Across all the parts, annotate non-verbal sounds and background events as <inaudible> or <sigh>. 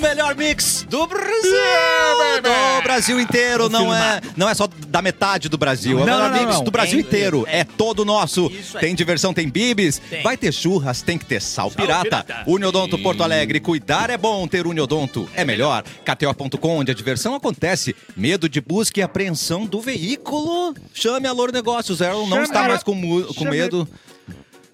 melhor mix do Brasil! Do Brasil inteiro, não é, não é só da metade do Brasil. É o Não, melhor não, não, mix não. do Brasil Tem- inteiro. É todo nosso. Isso aí. Tem diversão, tem bibis, Tem. vai ter churras, tem que ter sal pirata. pirata. Uniodonto Porto Alegre, cuidar é bom, ter Uniodonto é melhor. KTO.com, onde a diversão acontece. Medo de busca e apreensão do veículo. Chame a Louro Negócios, ela não Chame- está mais com, mu- com Chame- medo.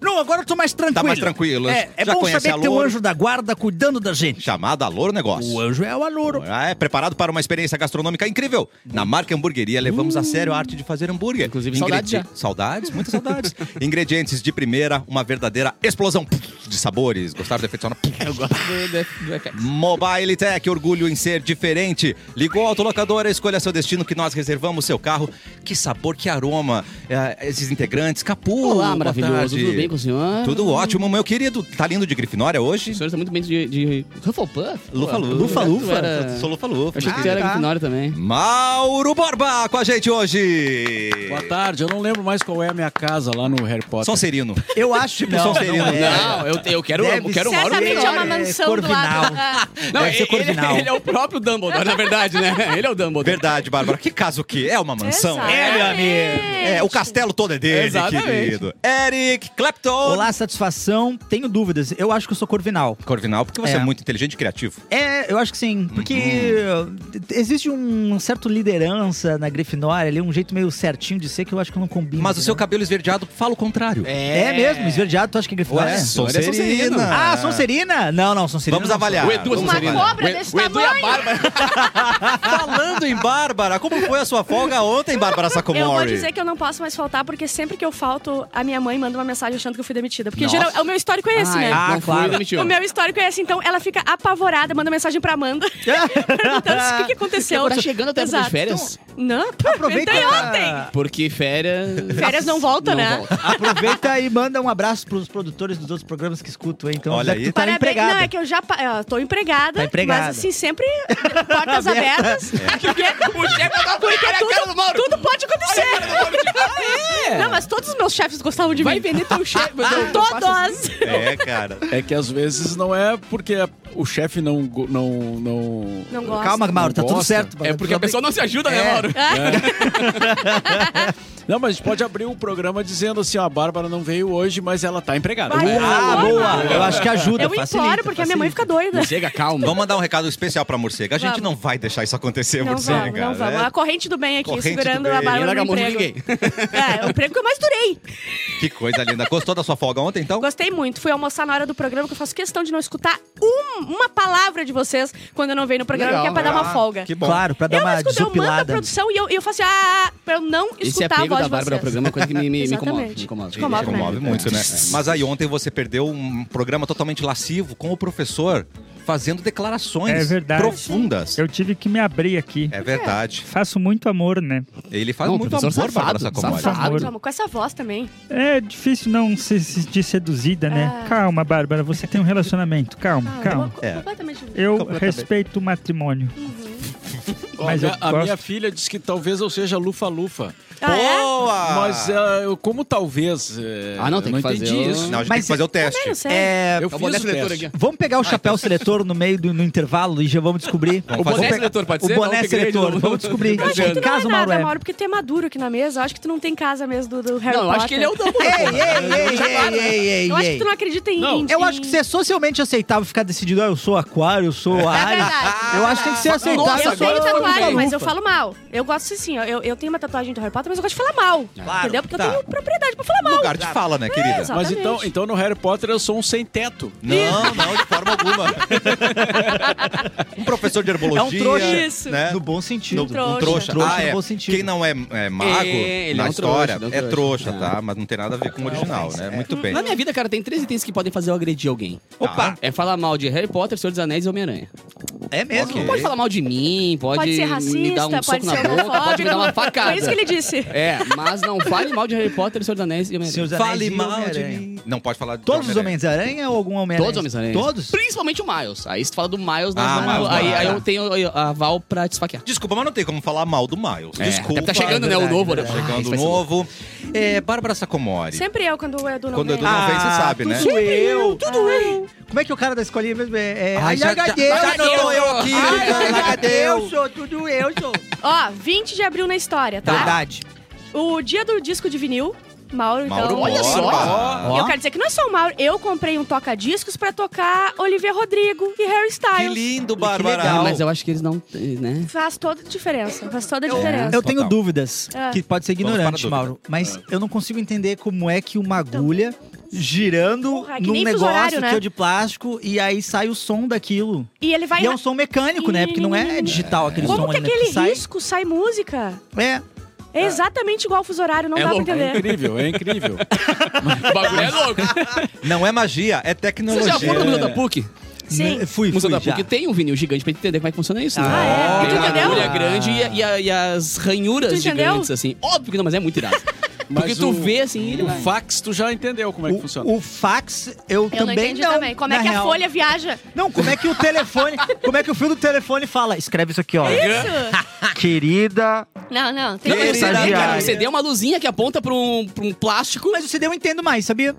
Não, agora eu tô mais tranquilo. mais tranquilo. É, é Já bom conhece saber a que tem o Louro. anjo da guarda cuidando da gente. Chamada Louro Negócios. O anjo é o Aluro. Ah, é preparado para uma experiência gastronômica incrível. Na marca Hamburgueria, levamos a sério a arte de fazer hambúrguer. Inclusive, Ingredi- saudades já. Saudades, muitas <laughs> saudades. Ingredientes de primeira, uma verdadeira explosão de sabores. Gostaram do efeito sonoro? <laughs> Eu gosto do, do, do FX. Mobile Tech, orgulho em ser diferente. Ligou a autolocadora, escolha seu destino que nós reservamos seu carro. Que sabor, que aroma. É, esses integrantes, Capu. Olá, boa maravilhoso. tarde. Tudo bem com o senhor? Tudo ótimo, meu querido. Tá lindo de Grifinória hoje? O senhor está muito bem de, de Hufflepuff. Lufa-lufa. Lufa-lufa. Era... Sou Eu Lufa-Lufa. achei que tu Ah, era tá. Grifinória também. Mauro Borba com a gente hoje. Boa tarde, eu não lembro mais qual é a minha casa lá no Harry Potter. Sonserino. Eu acho que né? Não, não é. Não, eu, eu quero, eu quero um o Mauro. Certamente é uma Melhor, é mansão do lado Corvinal. da... Não, Ah. Deve ser ele- ele, Corvinal. ele é o próprio Dumbledore, na verdade, né? Ele é o Dumbledore. <laughs> Verdade, Bárbara. Que caso que é uma mansão. Exatamente. É, meu amigo. É, o castelo todo é dele, Exatamente. querido. Eric Clapton. Olá, satisfação. Tenho dúvidas. Eu acho que eu sou Corvinal. Corvinal, porque você é. É. muito inteligente e criativo. É, eu acho que sim. Porque existe um certo liderança na Grifinória ali, um jeito meio certinho de ser que eu acho que eu não combino. Mas o seu entendeu? cabelo esverdeado fala o contrário. É. É mesmo, esverdeado, tu acha que é Grifinória? Olha, Sonserina. Sonserina. <laughs> Ah, Sonserina? Não, não, Sonserina. Vamos não sou. avaliar. O Edu é Ah, Vamos Uma Sonserino. avaliar. O cobra desse o Edu é e a tamanho. Bárbara. Falando em Bárbara, como foi a sua folga ontem, Bárbara Sacomori? Eu vou dizer que eu não posso mais faltar, porque sempre que eu falto, a minha mãe manda uma mensagem achando que eu fui demitida. Porque Nossa. geral, o meu histórico é esse, né? Ah, não claro. Fui, demitiu. O meu histórico é esse, então ela fica apavorada, manda mensagem pra Amanda, É. perguntando se o que, que aconteceu. Tá chegando até Exato. Então, as férias. <laughs> Não, Aproveita. aproveitei ontem. Porque férias... <laughs> Férias não voltam, né? volta. Aproveita e manda um abraço pros produtores dos outros programas que escuto, hein? Então, Olha já que aí. tu tá Parabéns. empregado. Não, é que eu já pa- eu tô empregada, Tá empregada. mas assim, sempre <laughs> portas abertas. <laughs> Porque, é porque tudo, tudo pode <laughs> acontecer. Não, mas todos os meus chefes gostavam de Vai mim. vender teu <laughs> chefe. Todos! assim. É, cara. É que às vezes não é porque a- o chefe não, go- não, não. Não gosto. É, Calma, Mauro, tá Não tudo gosta. certo. É porque a pessoa não se ajuda, né, Mauro? Não, mas a gente pode abrir o programa dizendo assim: ó, a Bárbara não veio hoje, mas ela tá empregada. Vai, vai. Ah, Boa, boa. Mauro. Eu acho que ajuda, Eu é facilita, imploro, porque a minha mãe fica doida. Chega, calma. Vamos mandar um recado especial pra morcega. A gente Vamos. não vai deixar isso acontecer, Não morcega. vamos, não vamos. né? A corrente do bem aqui, Corrente segurando do bem. a Ninguém barba larga a no mão de emprego. ninguém. <laughs> É, o emprego que eu mais durei. Que coisa linda. Gostou da sua folga ontem, então? Gostei muito. Fui almoçar na hora do programa, que eu faço questão de não escutar um- uma palavra de vocês quando eu não venho no programa, Legal, que é pra dar uma folga. Que bom. Claro, pra dar eu não uma escutei, eu mando a desopilada. produção e eu, eu faço assim, ah, pra eu não Esse é escutar a apego voz da de vocês. Bárbara ao programa é uma coisa que me, me, me comove. Exatamente. Me comove. Te comove, né? Comove muito, né? Mas aí ontem você perdeu um programa totalmente lascivo com o professor fazendo declarações É verdade. profundas. Eu tive que me abrir aqui. É verdade. Faço muito amor, né? Ele faz um Não, muito amor professor Bárbara safado, Sacomori. safado. Amor. Calma, com essa voz também. É difícil não se sentir seduzida, né? Ah. Calma, Bárbara, você tem um relacionamento. Calma, Ah, calma. eu- Completamente. Eu Completamente. respeito o matrimônio. Ó, Mas eu minha- a gosto. minha filha disse que talvez eu seja lufa-lufa. Ah, é? Boa! Mas eh, eu, como talvez. eh, Ah, não, tem eu que fazer entendi o- isso. Não, a gente Mas tem que fazer o teste. Não sei. É, Eu É o fiz boné o seletor teste. aqui. Vamos pegar o tá chapéu seletor no meio do no intervalo e já vamos descobrir. Vamos O fazer boné pe- seletor pode O ser? boné Não, seletor, não- vamos descobrir. <laughs> Não, Que Não caso, é Mauro nada, é? Mauro, porque tem maduro aqui na mesa. Eu acho que tu não tem casa mesmo do, do Harry Não, eu Potter. Ah, acho que ele é o Dumbledore. Ei, ei, ei, ei, ei, é Eu acho que ei. tu não acredita em... Não. em- Eu acho que ser socialmente aceitável ficar decidido, ah, eu sou aquário, eu sou Ares. É verdade. eu acho que tem que ser aceitável. Nossa, Eu tenho agora foi tatuagem, lufa-lufa. mas eu falo mal. Eu gosto assim, ó, eu, eu tenho uma tatuagem do Harry Potter, mas eu gosto de falar mal. entendeu? Porque tá. eu tenho propriedade pra falar mal. Lugar de fala, né, querida? exato. Mas Exatamente. então, então no Harry Potter eu sou um sem teto. Não, não, de forma alguma. um professor de herbologia. É um trouxa. Isso. Né? No bom sentido. No, um Trouxa. trouxa. Trouxa ah, no é. bom sentido. Quem não é, é mago É, ele na é um história trouxa, ele é é um trouxa, trouxa. tá? Mas não tem nada a ver com o original, né? Muito bem. Tá. Na minha vida, cara, tem três itens que podem fazer eu agredir alguém. Opa! É falar mal de Harry Potter, Senhor dos Anéis e Homem-Aranha. É mesmo. Ok. Pode falar mal de mim, pode, Pode ser me dar racista, um pode soco na ser boca, pode me dar homofóbico. uma facada. Foi isso que ele disse. É, mas não fale mal de Harry Potter, Senhor dos Anéis e Homem-Aranha. Senhor dos Fale Anéis e mal de Homem-Aranha. mim. Não pode falar de Todos os Homem-Aranha. Homens-Aranha ou algum Homem-Aranha? Todos os Homens-Aranha. Todos? Principalmente o Miles. Aí se tu fala do Miles, nós Ah, vamos- Miles aí, Morales. aí eu tenho a Val pra te esfaquear. Desculpa, mas não tem como falar mal do Miles. É, Desculpa. até tá chegando, né? O verdade, novo, né? verdade. Ah, Chegando isso vai ser novo. É, Bárbara Sacomori. Sempre eu quando é o Edu não Quando o Edu vem. não vem, você sabe, né? Ah, Tudo eu. Tudo eu. Como é que é o cara da escolinha mesmo é? é Ai, já- já- Alhagadeu. já não tô eu aqui, Ai, Alhagadeu. eu sou, tudo eu sou. Ó, 20 de abril na história, tá? Verdade. O dia do disco de vinil. Mauro, então. Mauro Olha só. Borba. Eu quero dizer que não é só o Mauro. Eu comprei um toca-discos pra tocar Olivia Rodrigo e Harry Que Styles. lindo, Ah, Bárbara. mas eu acho que eles não. Né? Faz toda a diferença. Faz toda a diferença. Eu tenho Total. dúvidas, É. que pode ser Vamos para a ignorante, dúvida. É. Mauro, mas eu não consigo entender como é que uma agulha girando Então. Porra, que num nem fuso negócio horário, né? que é de plástico e aí sai o som daquilo. E ele vai. E é um som mecânico, né? Porque não é digital aquele som Como que ali, né? Porque aquele sai- risco sai música? É, É exatamente igual o fuso horário, não É dá pra louco, É entender. incrível, é incrível. O bagulho é louco. Não é magia, é Você tecnologia. já foi no Museu da PUC? Sim. Né? Fui, O Museu fui da já. PUC tem um vinil gigante pra entender como é que funciona isso. né? Ah, é? Tem Tu uma entendeu? agulha grande e, e a- e as Tu ranhuras entendeu? gigantes, assim. Óbvio que não, mas é muito irado. Porque Mas tu o- vê, assim, ele O vai. fax, tu já entendeu como é que funciona. O, o fax, eu, Eu não também entendi também. Como é na que a real. folha viaja? Não, como é que o <laughs> telefone. como é que o fio do telefone fala? Escreve isso aqui, ó. É Isso! <laughs> Querida. Não, não. Tem Não, mas Ele o CD, era cara, viagem. o CD é uma luzinha que aponta pra um, pra um plástico. Mas o CD eu entendo mais, sabia?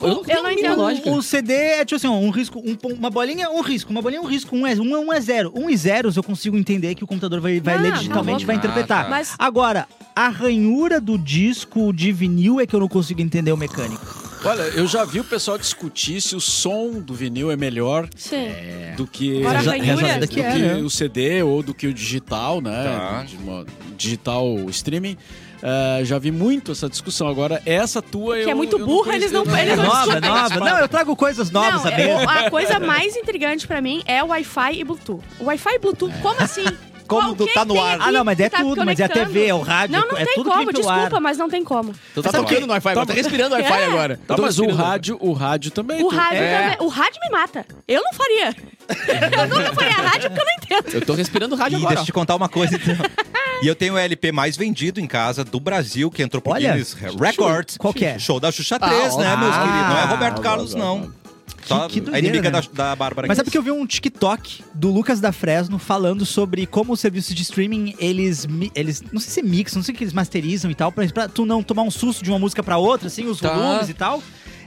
eu eu tenho não a mínima entendo. lógica. O CD é tipo assim, ó, um risco, um pon- uma bolinha, um risco, uma bolinha, um risco, um é um, é um é zero. Um e zeros eu consigo entender que o computador vai, vai Ah, ler tá digitalmente, bom. vai Ah, interpretar. tá. Mas- Agora, a ranhura do disco de vinil é que eu não consigo entender o mecânico. Olha, eu já vi o pessoal discutir se o som do vinil é melhor É. Sim. do que, Agora, Reza- a reza ranhura- lenda do que é, né? o CD ou do que o digital, né? Tá. De uma- digital streaming. Ah, já vi muito essa discussão. Agora, essa tua eu. é muito eu não burra, conheço- eles não- eu eles não conheço. É Tá, Nova, nova. Não, eu trago coisas novas, Não, sabe? é- a coisa mais intrigante pra mim é o Wi-Fi e Bluetooth. O Wi-Fi e Bluetooth, É. <laughs> como assim? Como do- Qual- tá no quem tem ar. aqui Ah, não, mas é que tá tudo, mas é a conectando? TV, é o rádio, Não, não é tem tudo que como, vem pelo ar. desculpa, mas não tem como. Tu tá Tá bom. tocando no Wi-Fi, Tá eu tô respirando Wi-Fi É. agora. Tá, Tô mas o respirando. rádio, o rádio também. O tu- rádio É. também. O rádio me mata. Eu não faria. <laughs> eu não faria a rádio porque eu não entendo. Eu tô respirando E rádio agora. deixa eu te contar uma coisa, então. e eu tenho o LP mais vendido em casa do Brasil, que entrou pro Olha. Guinness Records. Qual que é? Show da Xuxa Ah, 3, né, ó. meus Ah, queridos? Não é Roberto ó, Carlos, ó, ó. não. Só que doideira, a inimiga né? da, da Bárbara. Guinness. Mas sabe que eu vi um TikTok do Lucas da Fresno falando sobre como os serviços de streaming, eles, mi- eles não sei se mixam, não sei o que eles masterizam e tal, pra, pra tu não tomar um susto de uma música pra outra, assim, os Tá. volumes e tal.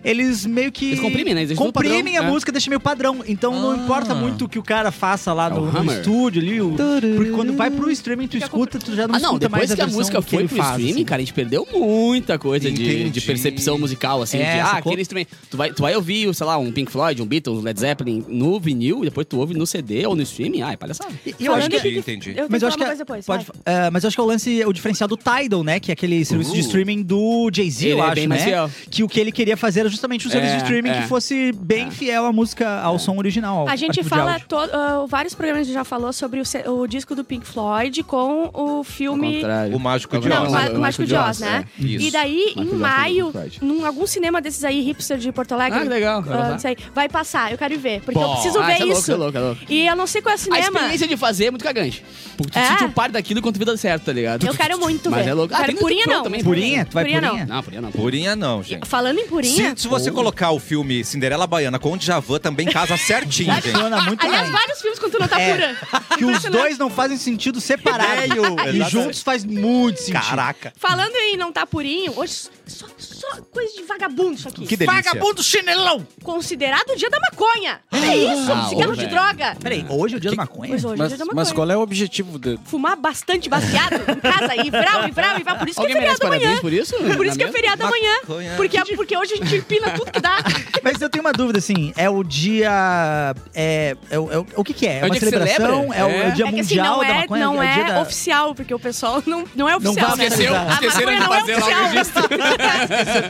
Eles meio que. Eles comprimem, né? Eles deixam tudo comprimem padrão, a é. música, deixa meio padrão. Então Ah. não importa muito o que o cara faça lá É no, o no Hammer. estúdio ali. o- porque quando vai pro streaming, tu Fica escuta, tu já não Ah, não, escuta mais depois a que a versão música que foi ele pro faz, streaming, assim. cara, a gente perdeu muita coisa de, de Entendi. percepção musical, assim. É, de, ah, sacou? aquele instrumento. Tu vai, tu vai ouvir, sei lá, um Pink Floyd, um Beatles, um Led Zeppelin no vinil, e depois tu ouve no CD ou no streaming. Ah, é palhaçada. E- e eu acho Falando que em Big- Entendi, entendi. Eu tenho Mas eu acho falar que uma é, coisa depois, pode, vai. é, mas eu acho que é o lance, é o diferencial do Tidal, né? Que é aquele serviço de Uh. streaming do Jay-Z, Ele eu é acho, bem né? mais fiel. Que o que ele queria fazer era justamente um serviço É, de streaming é. que fosse bem fiel à música, ao som original. ao A gente arquivo de fala, áudio. to- ah, vários programas já falou sobre o, ce- o disco do Pink Floyd com o filme... O Mágico de Não, Oz. o Ma- o Mágico de Oz, né? é. Isso. E daí, Michael em Jackson, maio, Pink Floyd. em algum cinema desses aí, hipster de Porto Alegre... Ah, que legal. ah, Vai passar? não sei, vai passar, eu quero ir ver. Porque eu Bom. preciso Ah, ver isso é louco, isso. isso é louco, é louco. E eu não sei qual é o A cinema. experiência de fazer é muito cagante. Porque tu É. sente o par daquilo enquanto vida certo, tá ligado? Eu quero muito Mas ver. é louco. Quero no purinha YouTube não. também. né? Purinha? Tu vai Purinha purinha? não. Não, purinha não. Purinha não, gente. Falando em purinha... <laughs> Se, se você colocar o filme Cinderela Baiana com o Djavan, também casa certinho, gente. Funciona muito Aliás, bem. vários filmes quando tu não tá É. pura. <laughs> Que os dois não fazem sentido É separados. Velho, e exatamente. juntos faz muito sentido. Caraca. Falando em não tá purinho, hoje só, só coisa de vagabundo isso aqui. Que delícia. chinelão! Considerado o dia da maconha. Olha isso, Ah, cigarro ô, de velho. droga. Peraí, hoje é o dia da maconha? Pois hoje é o Mas, dia da mas maconha. qual é o objetivo de, Fumar bastante baseado em casa e vral, e vral, e vral. Por isso que Alguém é merece feriado amanhã. parabéns por isso? Por isso que é Na mesa? feriado amanhã. Maconha. Porque, porque hoje a gente empina tudo que dá. Mas eu tenho uma dúvida, assim, é o dia. É, é, o- é o- o que, que é? É É o uma dia que celebração? celebra? É, o, é o É. dia é que assim, mundial não da é, maconha? não o é, dia da- oficial, porque o pessoal não, não é Não oficial. vai Esqueceu, oficializar. esqueceram A de maconha fazer não é lá o oficial. registro.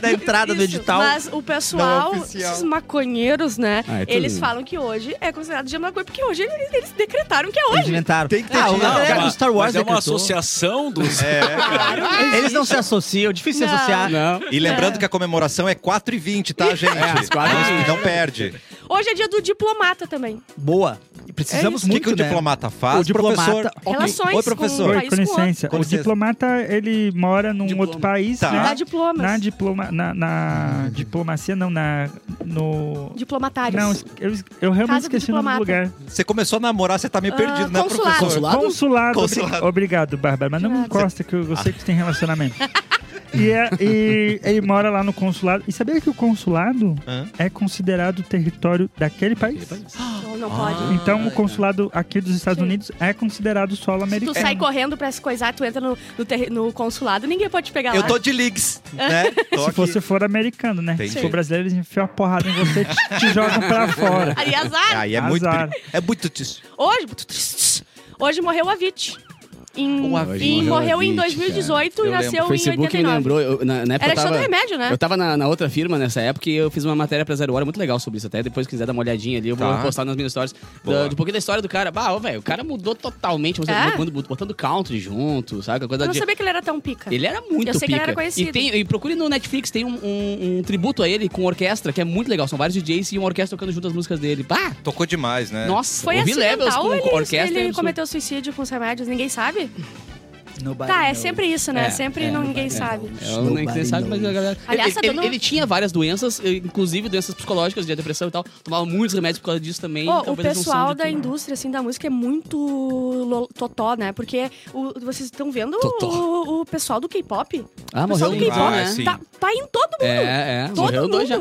<laughs> <laughs> da entrada do Isso, edital. Mas o pessoal, Não oficial. esses maconheiros, né? Ah, é tudo. eles falam que hoje é considerado dia da maconha, porque hoje eles, eles decretaram que é Eles hoje. inventaram. Tem que ter ah, o dinheiro. galera do Mas- Star Wars né, mas é uma decretou. associação dos. É, É. É, Eles não se associam, é difícil se Não. associar. Não. E lembrando que a comemoração é 4h20, tá, gente? às quatro e vinte. Não perde. Hoje é dia do diplomata também. Boa. E É precisamos isso. o que, muito, que o né? diplomata faz, O diplomata- professor? Relações Oi, com professor. o Oi, país com licença. Com o licença. diplomata, ele mora num Diploma. outro país, Tá. Ah. né? Dá diplomas. Na, diploma, na, na diplomacia, não, na. No. Diplomatários. Não, eu, eu realmente Casa do esqueci o nome diplomata. do lugar. Você começou a namorar, você tá meio Ah, perdido, né, consulado. professor? Consulado? Consulado. Consulado. Obrigado, Bárbara. Mas não De me nada. encosta, que eu, eu sei que tu tem relacionamento. E, é- e ele mora lá no consulado. E sabia que o consulado Hã? é considerado território daquele país? Não, não pode. Então o consulado aqui dos Estados Sim. Unidos é considerado solo Se tu americano. sai correndo pra se coisar, tu entra no, no, terri- no consulado, ninguém pode te pegar Eu lá. tô de leaks, né? Tô Se aqui. você for americano, né? Entendi. Se for brasileiro, eles enfiam a porrada em você e te, te jogam pra fora. Aí azar. Aí é muito, Azar. perigo- é muito triste. Hoje, hoje morreu o Avit. Em, O Avit. em- Morreu o morreu em Avit, cara. 2018 e Eu lembro. nasceu O Facebook em me 89. lembrou. eu- na, na época Era eu tava, achando remédio, né? Eu tava na, na outra firma nessa época e eu fiz uma matéria pra Zero Hora muito legal sobre isso. Até depois, se quiser dar uma olhadinha ali, eu vou Tá. postar nas minhas stories. Boa. Da, de um pouquinho da história do cara. Bah, ô, velho, o cara mudou totalmente. Você, É? botando, botando country junto, sabe? Aquela coisa Eu não de- sabia que ele era tão pica. Ele era muito Eu sei que pica. ele era conhecido. E, tem- e procure no Netflix, tem um, um- um tributo a ele com orquestra, que é muito legal. São vários DJs e uma orquestra tocando junto as músicas dele. Bah! Tocou demais, né? Nossa, Foi ouvi levels acidental com ou orquestra. ele, é ele absurdo. cometeu suicídio com os remédios? Ninguém sabe? Nobody Tá, é knows. sempre isso, né? É, sempre é, não, ninguém sabe. Eu nem Nobody nem sabe, mas a knows. galera. Aliás, ele, tá ele- dando- ele tinha várias doenças, inclusive doenças psicológicas, de depressão e tal. Tomava muitos remédios por causa disso também. Pô, o talvez a junção pessoal de da tudo. indústria, assim, da música é muito lo- totó, né? Porque o- vocês estão vendo Totó. o, o pessoal do K-pop? Ah, o morreu pessoal do um K-pop, K-pop Ah, né? sim. tá, tá em todo mundo. É, é. todo morreu mundo. dois já.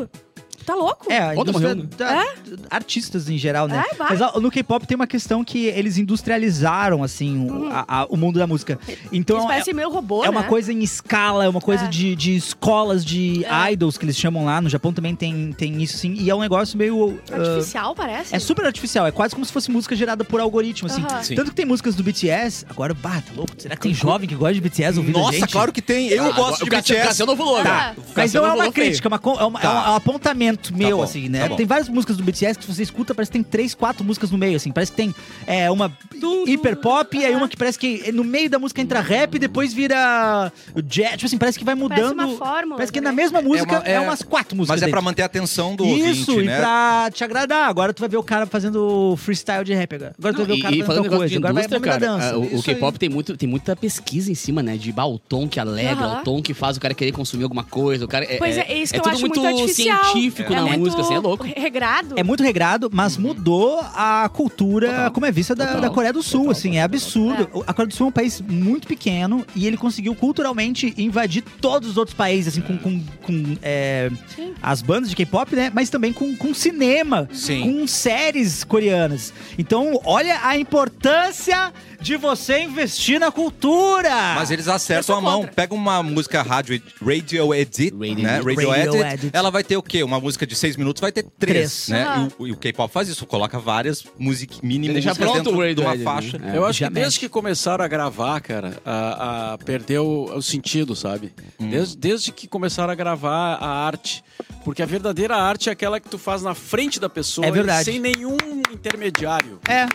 Tá louco? É, a Ontem indústria morreu, né? da- artistas em geral, né? É, vai. Mas ó, no K-pop tem uma questão que eles industrializaram, assim, o, Hum. a- a- o mundo da música. Eles Então, é, parecem meio robô, é uma né? coisa em escala, é uma coisa É. de, de escolas de É. idols que eles chamam lá. No Japão também tem, tem isso, sim. E é um negócio meio... ah, Artificial, parece. É super artificial, é quase como se fosse música gerada por algoritmo, assim. Aham. Sim. Tanto que tem músicas do BTS, agora, bah, tá louco? Será que tem jovem que gosta de BTS ouvindo a Nossa, gente? claro que tem. Eu Ah, gosto o de Cassiano- BTS. Cassiano não pulou, Tá. né? O Mas Cassiano não é uma pulou feio. crítica, é uma con- é, uma- Tá. é um- é um apontamento meu, bom, assim, né? tá bom. tem várias músicas do BTS que você escuta, parece que tem três, quatro músicas no meio, assim. Parece que tem é, uma hiper pop e aí uma que parece que no meio da música entra rap e depois vira jazz. Tipo assim, parece que vai Parece mudando. uma fórmula. Parece que na né? mesma música é, uma- é- umas quatro músicas. Mas é pra dentro. manter a atenção do Isso, ouvinte, e né? pra te agradar. Agora tu vai ver o cara fazendo freestyle de rap agora. Agora tu Não, vai ver o cara e, e fazendo falando outra negócio coisa. de Agora vai indústria, vai mudar a cara, dança. a- o, o Isso aí. K-pop tem, muito, tem muita pesquisa em cima, né? De bah, o tom que alegra, Aham. o tom que faz o cara querer consumir alguma coisa. O cara, é, Pois é, é isso que eu tudo acho muito, muito artificial. científico É na muito música, assim, é louco. Regrado. É muito regrado, mas mudou a cultura Total. como é vista da, Total. da Coreia do Sul, Total, assim, é total, absurdo. A Coreia do Sul é um país muito pequeno e ele conseguiu culturalmente invadir todos os outros países, assim, com, com, com, é, Sim. as bandas de K-pop, né? Mas também com, com cinema, Sim. com séries coreanas. Então, olha a importância de você investir na cultura! Mas eles acertam Eu sou a mão. contra. Pega uma música rádio, radio edit, Radio né? edit. Radio, Radio edit, edit. Ela vai ter o quê? Uma música de seis minutos vai ter três, Três. né? Ah. E o, e o K-pop faz isso. Coloca várias music, mini Deixa músicas pronto dentro o radio de uma edit, né? faixa. É. Eu acho já que desde mexe. que começaram a gravar, cara, a, a- perdeu o sentido, sabe? Desde, desde que começaram a gravar a arte. Porque a verdadeira arte é aquela que tu faz na frente da pessoa É verdade. e sem nenhum intermediário. É,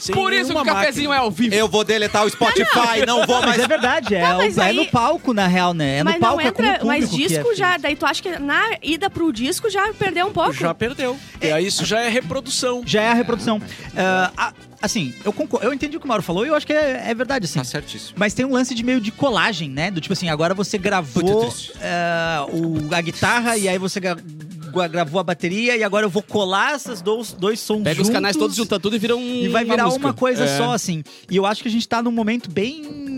Sem Por isso que nenhuma o cafezinho é ao vivo. Eu vou deletar o Spotify, não vou mas mais é verdade, é, Não, Tá, mas é aí- no palco, na real, né? É no mas palco, não é com o entra, público mas que é disco feito. já, daí tu acha que na ida pro disco já perdeu um é pouco? Já perdeu. E aí isso já é reprodução. Já é a reprodução. Ah, a- assim, eu concordo, eu entendi o que o Mauro falou e eu acho que é, é verdade, assim. Tá certíssimo. Mas tem um lance de meio de colagem, né? Do tipo assim, agora você Muito gravou triste. ah, o- a guitarra e aí você gra- gra- gravou a bateria e agora eu vou colar esses dois, dois sons Pega os canais juntos todos, junta tudo e vira um. E vai virar uma, música. coisa É. só, assim. E eu acho que a gente tá num momento bem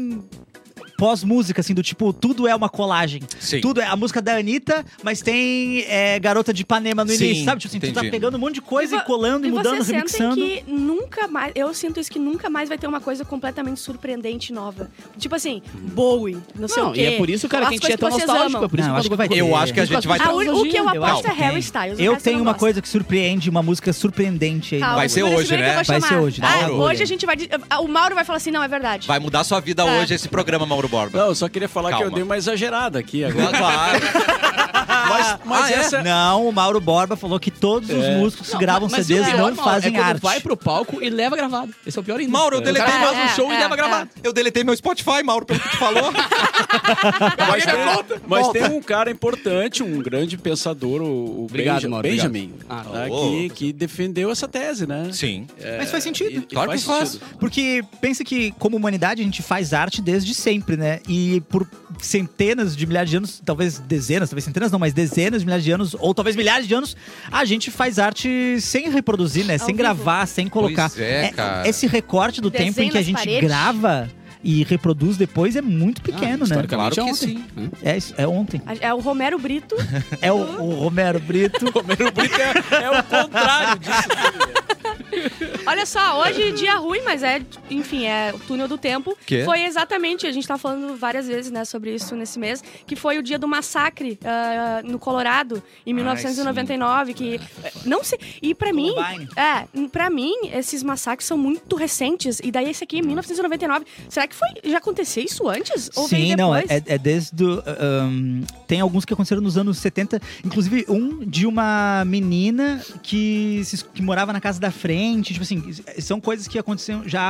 pós-música, assim, do tipo, tudo é uma colagem. Sim. Tudo é a música da Anitta, mas tem é, Garota de Ipanema no Sim, início, sabe? Tipo assim, tu tá entendi. pegando um monte de coisa E e, vo- colando e, E mudando, vocês sentem remixando. que nunca mais. Eu sinto isso que nunca mais vai ter uma coisa completamente surpreendente e nova. Tipo assim, Bowie, não, sei o Não, quê. e é por isso, cara, que a As gente é coisas tão que vocês nostálgico. amam. é Por isso Não, que acho que eu vai gosto- Eu acho que a gente vai A un- o que eu Eu acho aposto é que Harry tem. Styles. o Eu resto tenho não uma gosto. coisa que surpreende, uma música surpreendente aí. Tá, Vai o ser Yuri hoje, Silveira né? que eu vou Vai chamar. ser hoje, Ah, Mauro. hoje a gente vai. di- ah, O Mauro vai falar assim, não, é verdade. Vai mudar sua vida Tá. hoje esse programa, Mauro Borba. Não, eu só queria falar que Calma. eu dei uma exagerada aqui agora. <laughs> Claro. mas mas Ah, é? essa Não, o Mauro Borba falou que todos os músicos que Não, gravam mas CDs o pior, não Mauro, fazem é quando arte. Vai pro palco e leva gravado. Esse é o pior ainda. Mauro, eu O deletei cara mais faz um um show é, e leva é. gravado. Eu deletei meu Spotify, Mauro, pelo que tu <laughs> falou. Mas, tem, mas tem um cara importante, um grande pensador, o, o Obrigado, Benja- Mauro, Benjamin, obrigado. Ah, né, ô. que, que defendeu essa tese, né? Sim. Mas É. faz sentido. E- e Claro que faz. sentido. Porque pensa que, como humanidade, a gente faz arte desde sempre, né? E por centenas de milhares de anos, talvez dezenas, talvez centenas não, mas dezenas de milhares de anos, ou talvez milhares de anos, a gente faz arte sem reproduzir, né? Ao sem vivo. gravar, sem colocar. Pois é, cara. Esse recorte do Desenho tempo em que a nas gente paredes. grava. e reproduz depois é muito Ah, pequeno, né? Claro Historicamente que é ontem. né? É, isso, é ontem. É o Romero Brito. É o, o Romero Brito. Romero Brito é, é o contrário disso. Olha só, hoje dia ruim, mas é, enfim, é o túnel do tempo. Quê? Foi exatamente, a gente tá falando várias vezes, né, sobre isso nesse mês, que foi o dia do massacre ah, no Colorado, em 1999, que eh, não sei, e pra mim, É. Columbine. é, para mim esses massacres são muito recentes, e daí esse aqui em 1999, será que foi já aconteceu isso antes ou Sim, veio não, é, depois? é é desde. o, ahn, tem alguns que aconteceram nos anos 70, inclusive um de uma menina que, se es- que morava na casa da frente. Tipo assim, são coisas que aconteceram já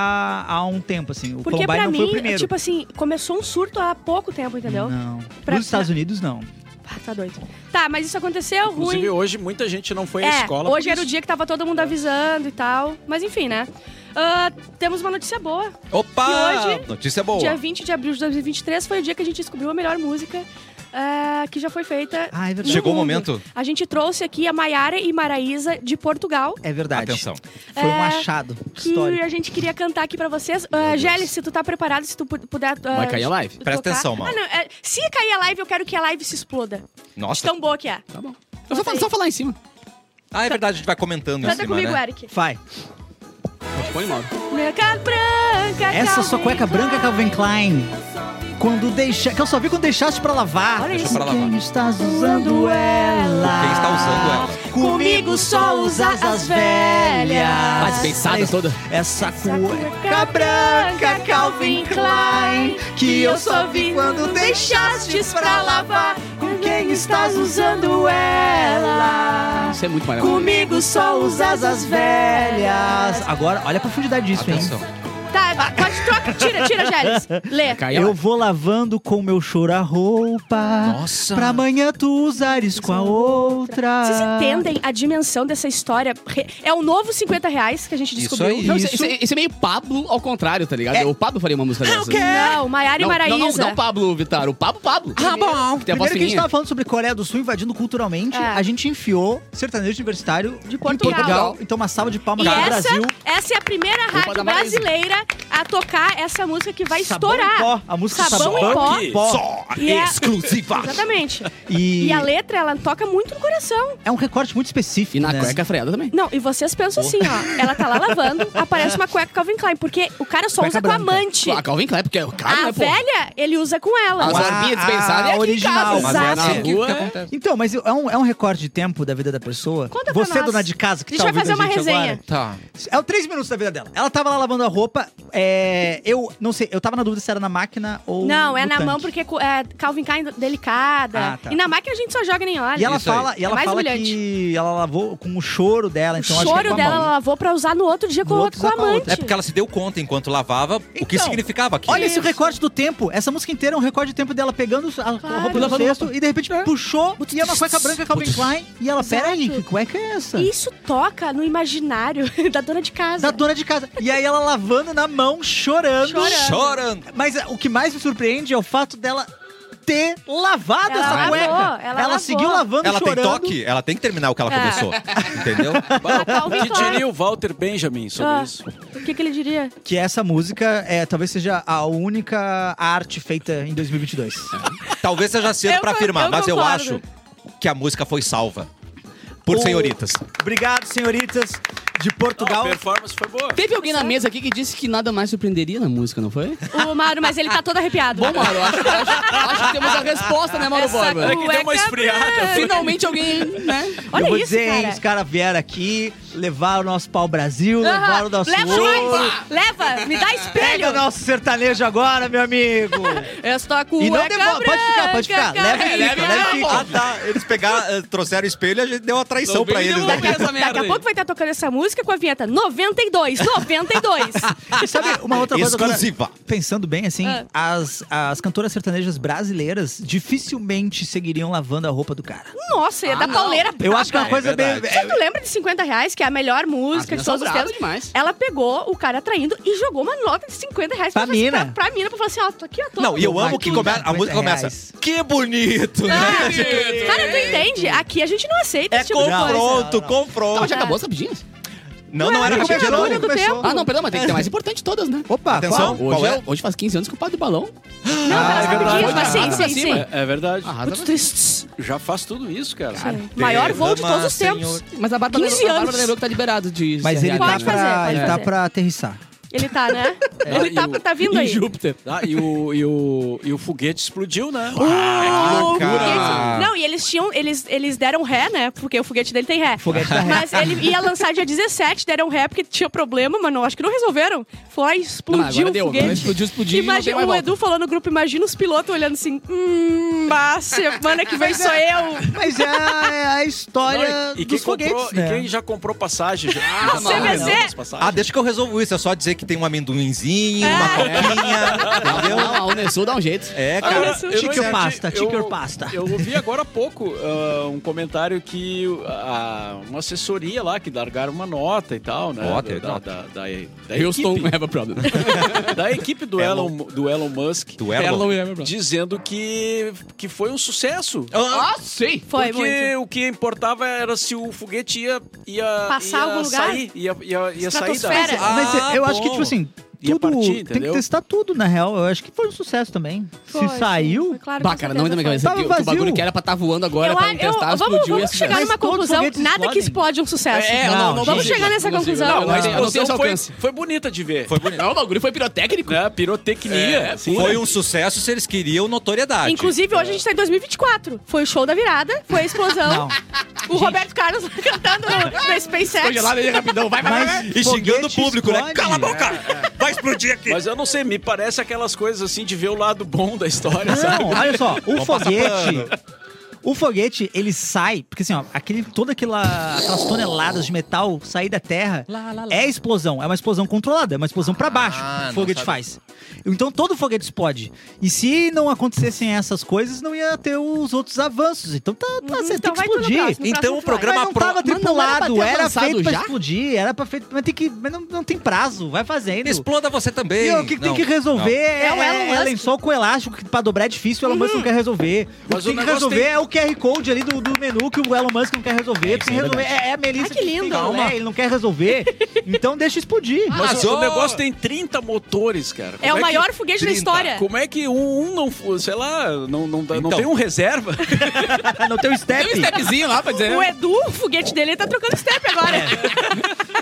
há um tempo, assim. O Porque Columbine pra não foi o mim, primeiro. tipo assim, começou um surto há pouco tempo, entendeu? Não. Pra- Nos Estados Unidos, não. Ah, tá doido. Tá, mas isso aconteceu ruim. Inclusive, hoje muita gente não foi à É, escola. hoje por era o isso. dia que tava todo mundo avisando e tal. Mas enfim, né? Ah, temos uma notícia boa. Opa! E hoje- Notícia boa. Dia 20 de abril de 2023 foi o dia que a gente descobriu a melhor música ah, que já foi feita. Ah, é verdade. Chegou o mundo. momento. A gente trouxe aqui a Maiara e Maraísa de Portugal, É verdade. Atenção. Foi um É, achado que histórico. a gente queria cantar aqui pra vocês. Ah, Gelli, se tu tá preparado, se tu pu- puder. ah, Vai cair a live. Presta tocar. atenção, Mal. Ah, não, é, se cair a live, eu quero que a live se exploda. De Nossa. tão boa que é. Tá bom. Eu só, falo- só falar em cima. Ah, é verdade, a gente vai comentando em Canta cima, comigo, né? Eric. Vai. Põe mal. Cueca branca. Essa sua Calvin cueca branca, Klein. Calvin Klein. Quando deixa. Que eu só vi quando deixaste pra lavar. Olha Deixa pra lavar. Quem estás usando ela? Quem está usando ela? Comigo só usas as velhas. Ah, despeçada toda. Essa cueca cueca branca branca Calvin Calvin Klein que eu só vi quando deixastes pra lavar. Com quem estás usando ela? Isso é muito maior. Comigo só usas as velhas. Agora, olha a profundidade disso, hein? Atenção. Tá, pode troca. Tira, tira, Gélis. Lê. Cai a Eu live. vou lavando com meu choro a roupa. Nossa. Pra amanhã tu usares com a outra. Vocês entendem a dimensão dessa história? Re- É o novo 50 reais que a gente Isso descobriu. aí. Não, isso, Ah, isso é- isso é meio Pablo ao contrário, tá ligado? O Pablo faria uma música dessa. Não, é? Maiara e Não, não, um Maraísa. não, não Pablo Vittar, o Pablo Pablo. Ah, bom. Tem a tá voz Primeiro que a gente fininha. tava falando sobre Coreia do Sul invadindo culturalmente, É. a gente enfiou sertanejo universitário de Portugal. Então uma salva de palmas E para o essa, Brasil. essa é a primeira Vou rádio dar mais. brasileira a tocar essa música que vai Sabão em estourar. pó, a música Sabão em Sabão pó. Só E é- exclusiva. Exatamente. E, E a letra, ela toca muito no coração. é um recorte muito específico, E na né? cueca é freada também. Não, e vocês pensam assim, ó. Ela tá lá lavando, aparece uma cueca Calvin Klein, porque o cara só Cueca usa com branca. a amante. A Calvin Klein, porque é o cara, A né, pô? velha, ele usa com ela. As Uau. barbinhas dispensadas é assim. aqui em original. casa. Mas é na Exato. rua. Então, mas é um, é um recorde de tempo da vida da pessoa. Conta pra Você, nós. dona de casa, que A gente tá vai ouvindo fazer uma gente resenha. agora. Tá. É o três minutos da vida dela. Ela tava lá lavando a roupa. é, eu não sei, eu tava na dúvida se era na máquina ou. Não, é no na tanque. mão porque co- é Calvin Klein delicada. Ah, tá. E na máquina a gente só joga e nem olha. E ela Isso aí. fala, e É ela mais fala humilhante. que ela lavou com o choro dela, o então acho que é choro com a dela mão. ela lavou pra usar no outro dia com, No o outro com a usar com a amante. outra. É porque ela se deu conta enquanto lavava o que Então, significava aquilo. Olha esse recorde do tempo. Essa música inteira é um recorde de tempo dela pegando a roupa do Lavando cesto e de repente puxou e é uma cueca branca Calvin Klein. E ela, Exato. peraí, que cueca é essa? E Isso toca no imaginário <laughs> da dona de casa. Da dona de casa. E aí ela lavando na mão, chorando. Chorando. Chorando. Mas é, o que mais me surpreende é o fato dela ter lavado Ela essa lavou, cueca. ela lavou. seguiu lavando, Ela tem chorando. toque, ela tem que terminar o que ela É. começou. <laughs> Entendeu? A Calvin Ah, Que Klein. diria o Walter Benjamin sobre Ah, isso? O que, que ele diria? Que essa música é, talvez seja a única arte feita em 2022. É. Talvez seja cedo Eu pra con- afirmar, eu mas eu acho concordo. que a música foi salva. Por O- senhoritas. Oh, Obrigado, senhoritas de Não, a Portugal. performance foi boa. Teve alguém na mesa aqui que disse que nada mais surpreenderia na música, não foi? O Mauro, mas ele tá todo arrepiado. Bom, Mauro, acho, acho- acho que <laughs> temos a resposta, né, Mauro Essa Borba? É que deu uma esfriada. foi. Finalmente alguém, né? Olha eu vou isso, dizer, hein, cara. os caras vieram aqui, levaram o nosso pau-brasil, Aham. levaram o nosso Leva ouro. mais! um. Leva! Me dá Pega espelho! o nosso sertanejo agora, meu <laughs> amigo. Esta Então, cueca e não devolve. Pode ficar, pode ficar. branca, Leva É, e Calvin fica, Klein. leva e Ah, fica. tá. Eles pegaram, eh, trouxeram o espelho e a gente deu uma traição Não pra vem eles, nenhuma né? dessa merda Daqui a aí. pouco vai estar tocando essa música com a vinheta 92, 92. E <laughs> sabe uma outra coisa agora? Exclusiva. Pensando bem, assim, Ah. as, as cantoras sertanejas brasileiras dificilmente seguiriam lavando a roupa do cara. Nossa, é da não. pauleira Eu acho que é uma É coisa bem... verdade. Você tu lembra de 50 reais, que é a melhor música de As meninas são todos os bravas tempos? demais. Ela pegou o cara traindo e jogou uma nota de 50 reais Pra mina. Pra, pra mina, pra falar assim, ó, tô aqui, ó, tô Não, e eu amo Aqui, que come- a música 50 reais. começa. Que bonito, né? Cara, tu entende? Aqui a gente não aceita É esse Ah, tipo de coisa. confronto, Não, não, não. confronto. Então, já acabou as rapidinhas? Não, não era Não, comédia, era não. Bolha do Tempo. Ah, não, perdão, mas tem que ter mais importante de todas, né? Opa, Atenção. qual? Hoje, Qual é? é- hoje faz 15 anos que o Padre Balão. Não, é pera rapidinho, verdade. mas sim, Arrasa pra sim, cima. sim. É, é verdade. Arrasa Muito pra- tristes. Já faz tudo isso, cara. Sim. Maior voo de todos os Derrama, tempos. Mas a Bárbara, 15 lembrou, a Bárbara anos. lembrou que tá liberado de Mas CRA, ele Pode tá, né? fazer, pra, pode ele tá fazer. pra aterrissar. Ele tá, né? Ele tá, e o- tá vindo Em aí. Júpiter. Ah, e, o, e, o, e o foguete explodiu, né? Ah, Porque eles- cara. não, e eles tinham. Eles, eles deram ré, né? Porque o foguete dele tem ré. <laughs> Foguete da Mas ele ia lançar dia 17, deram ré porque tinha problema, mas não, acho que não resolveram. Foi, Não, agora explodiu o deu. um foguete. Agora explodiu, explodiu. Imagina, não tem o mais volta. Edu falou no grupo, imagina os pilotos olhando assim, hum, bah, semana que vem sou eu. Mas é, é a história e, quem dos foguetes, comprou, né? e quem já comprou passagem? Já, Ah, já CVC? comprou as Ah, passagens? deixa que eu resolvo isso. É só dizer que tem um amendoinzinho, Ah, uma é. coquinha, entendeu? Não, a Unesul dá um jeito. É, Ah, Olha cara. só. eu não Chique entendi. pasta, Eu- chique pasta. Eu ouvi agora há pouco ah, um comentário que ah, uma assessoria lá, que largaram uma nota e tal, né? Ó, da, teve da, nota. da, da, da <laughs> Houston, equipe, we have a <laughs> problem. da equipe do, Elon, do Elon Musk, Do Elon. we have a problem. dizendo que, que foi um sucesso. Ah, sim! Foi Porque muito. o que importava era se o foguete ia, ia Passar ia algum lugar? sair, ia, ia, ia sair da... Estratosfera. Ah, Mas eu acho bom. que, tipo assim, Ia tudo, partir, tem que entendeu? testar tudo, na real. Eu acho que foi um sucesso também. Foi, Se sim, saiu, foi claro, Bah, com cara, certeza não entra na minha cabeça. Tava que O vazio. bagulho que era pra estar voando agora, tá Eu, pra eu, testar, vamos explodiu e vamos assim. chegar Mas numa todos os conclusão, foguetes nada que explodem. explode é um sucesso. É, não, não, vamos gente, chegar nessa não consigo, conclusão. não, mas- A Eu não tenho esse explosão foi, alcance. foi bonita de ver. Foi bonito. Não, o bagulho foi pirotécnico. Né? Pirotecnia. assim, Foi né? um sucesso se eles queriam notoriedade. Inclusive, hoje a gente tá em 2024. Foi o show da virada, foi a Não. explosão. O Roberto Carlos cantando no, na SpaceX. Tô gelado aí rapidão, vai, vai, vai. Mas E xingando o foguete público, né? explode. É, Cala a boca! Vai explodir aqui! Mas eu não sei, me parece aquelas coisas assim de ver o lado bom da história, sabe? Não, olha só, o Vamos passar foguete. O foguete, ele sai, porque assim, ó, aquele, toda aquela, aquelas toneladas de metal sair da Terra é explosão. É uma explosão controlada, é uma explosão pra baixo Ah, que não o foguete sabe. faz. Então todo foguete explode. E se não acontecessem essas coisas, não ia ter os outros avanços. Então tá, tá, você tem Então vai que tu no explodir. próximo, no Então próximo o programa- Mas não pro- tava Mas não era um pra tripulado, ter era, avançado feito pra já? explodir, era pra feito, mas tem que, mas não, não tem prazo, vai fazendo. Exploda você também! E o que tem Não, que resolver é, É o Elon é, Musk. lençol com elástico, que pra dobrar é difícil, o Elon Musk não quer resolver. Mas o que o tem que negócio resolver tem- é o QR Code ali do, do menu que o Elon Musk não quer resolver. É, tem que resolver. É, é a Melissa Ai, que lindo. tem Calma. galé, né? ele não quer resolver. então deixa <laughs> explodir. Mas Mas o- o negócio tem 30 motores, cara. É o Como que- maior foguete da 30? história. Como é que um, um não, fu- sei lá, não, não, dá- não Então. tem um reserva? Ah, não tem o step. Tem um stepzinho lá pra dizer. né? O Edu, o foguete dele, ele tá trocando step agora.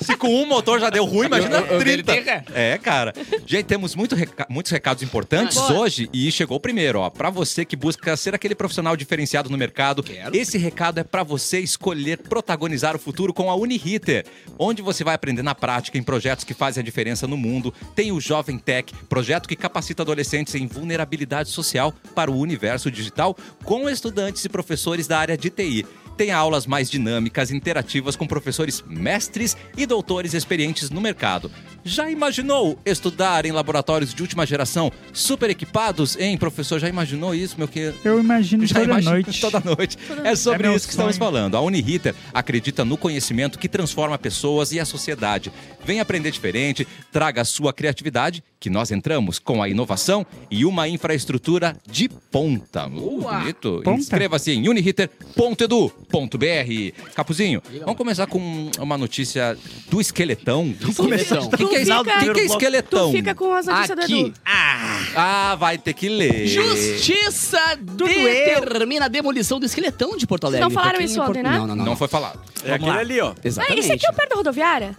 Se com um motor já deu ruim, imagina Eu- eu- eu 30. dei terra. É, cara. Gente, temos muito reca- muitos recados importantes Boa. hoje e chegou o primeiro, ó. Pra você que busca ser aquele profissional diferenciado no mercado, Quero. esse recado é pra você escolher protagonizar o futuro com a Uniriter, onde você vai aprender na prática em projetos que fazem a diferença no mundo. Tem o Jovem Tech, projeto que capacita adolescentes em vulnerabilidade social para o universo digital com estudantes e professores da área de TI. Tem aulas mais dinâmicas, interativas com professores mestres e doutores experientes no mercado. Já imaginou estudar em laboratórios de última geração, super equipados? Hein, professor, já imaginou isso, meu querido? Eu imagino Já toda imagina- noite. Toda noite. É sobre É meu isso que estamos sonho. falando. A Uniriter acredita no conhecimento que transforma pessoas e a sociedade. Vem aprender diferente, traga a sua criatividade, que nós entramos com a inovação e uma infraestrutura de ponta. Uh, bonito. Ponta. Inscreva-se em uniriter.edu.br. Capuzinho, vamos começar com uma notícia do esqueletão. esqueletão. O que, que é, Tu o que que é fica- esqueletão? Tu fica com as notícias do Aqui, Edu. Ah, vai ter que ler. Justiça determina a demolição do esqueletão de Porto Alegre. não falaram Porque em isso ontem, Porto- né? Não, não, não. Não foi falado. <laughs> É aquele ali, ó. Ah, Exatamente. esse aqui é o pé da rodoviária?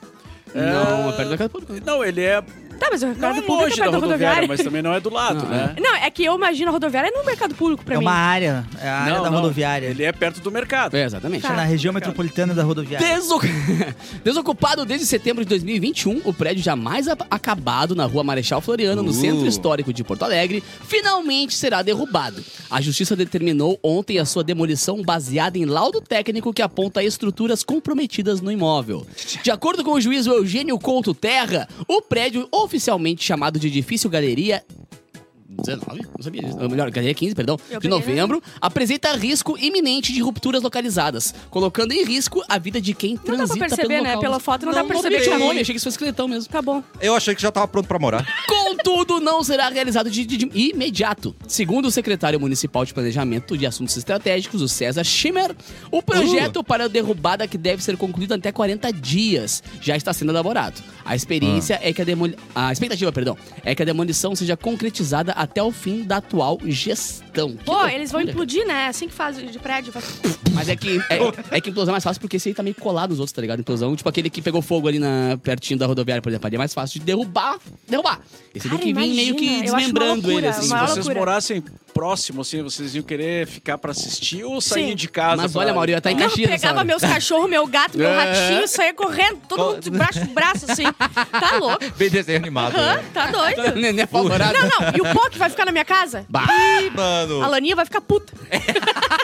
Não, perto da casa do Porto. Não, ele é. Tá, mas o Não mercado é público é longe perto da da rodoviária, rodoviária. mas também não é do lado, Não, né? Não, é que eu imagino a rodoviária no mercado público pra É mim. uma área, é a área Não, da não. rodoviária. Ele é perto do mercado. É, exatamente. Na Tá. região metropolitana da rodoviária. Desoc- <laughs> Desocupado desde setembro de 2021, o prédio jamais a- acabado na rua Marechal Floriano, no Uh. centro histórico de Porto Alegre, finalmente será derrubado. A justiça determinou ontem a sua demolição baseada em laudo técnico que aponta estruturas comprometidas no imóvel. De acordo com o juiz Eugênio Couto Terra, o prédio, oficialmente chamado de Edifício Galeria 19? Não sabia disso. Ou Ah, melhor, ganhei 15, perdão. Eu de peguei novembro, apresenta risco iminente de rupturas localizadas, colocando em risco a vida de quem pra transita perceber, pelo né? local. Pela foto não dá pra perceber Não, não que tá nome, ruim. achei que isso foi esqueletão mesmo. Tá bom. Eu achei que já tava pronto pra morar. Contudo, não será realizado de, de- de imediato. Segundo o secretário municipal de Planejamento de Assuntos Estratégicos, o César Schimmer, o projeto para a derrubada que deve ser concluído até 40 dias já está sendo elaborado. A experiência é que a demoli... a expectativa, perdão, é que a demolição seja concretizada até o fim da atual gestão. Que Pô, loucura. eles vão implodir, né? Assim que faz de prédio. Faz... Mas é que é, é que implosão é mais fácil porque esse aí tá meio colado nos outros, tá ligado? Implosão, tipo aquele que pegou fogo ali na pertinho da rodoviária, por exemplo, ali é mais fácil de derrubar, derrubar. Esse tem Cara, que vir meio imagina, eu que acho uma desmembrando loucura, ele assim. Se Uma vocês loucura. morassem próximo, assim, vocês iam querer ficar pra assistir ou sair Sim. de casa? Mas pra- olha, Mauri, tá em Não, Caxias. pegava sabe? meus cachorros, meu gato, meu É. ratinho, saía correndo, todo mundo de braço pro braço, assim. Tá louco? Bem desenho animado. Hã? né? Tá <laughs> doido? Nenê apavorado. Não, não. E o pó que vai ficar na minha casa? é Bah. Mano, A Laninha vai ficar puta.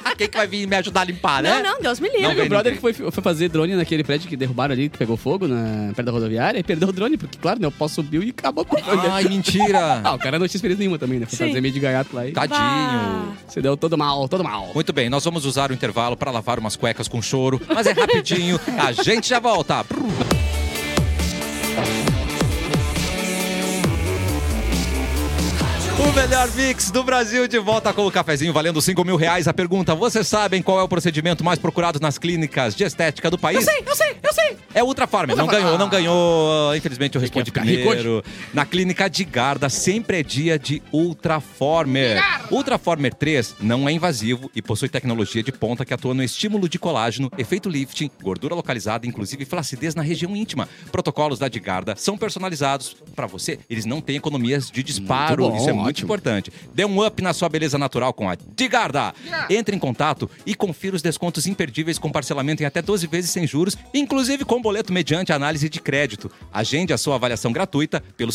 Ah, quem que vai vir me ajudar a limpar, né? Não, não, Deus me Não, livre. vem- Meu brother que foi, foi fazer drone naquele prédio que derrubaram ali, que pegou fogo na, perto da rodoviária, e perdeu o drone, porque, claro, né, o pau subiu e acabou com o drone. Ai, mentira. Ah, o cara não tinha experiência nenhuma também, né? Foi Sim. fazer meio de gaiato lá e Tadinho. se deu todo mal, todo mal. Muito bem, nós vamos usar o intervalo para lavar umas cuecas com choro, mas é rapidinho. A gente já volta. O melhor mix do Brasil de volta com o cafezinho valendo 5 mil reais. A pergunta: vocês sabem qual é o procedimento mais procurado nas clínicas de estética do país? Eu sei, eu sei, eu sei. É Ultra Farm. Não ganhou, não ganhou. ah, Infelizmente eu respondi ficar rico primeiro. Na clínica de Garda, sempre é dia de Ultra Former. Ultra Former 3 não é invasivo e possui tecnologia de ponta que atua no estímulo de colágeno, efeito lifting, gordura localizada, inclusive flacidez na região íntima. Protocolos da de Garda são personalizados para você. Eles não têm economias de disparo. Muito bom, Isso é muito ótimo. importante importante. Dê um up na sua beleza natural com a Digarda. Entre em contato e confira os descontos imperdíveis com parcelamento em até 12 vezes sem juros, inclusive com boleto mediante análise de crédito. Agende a sua avaliação gratuita pelo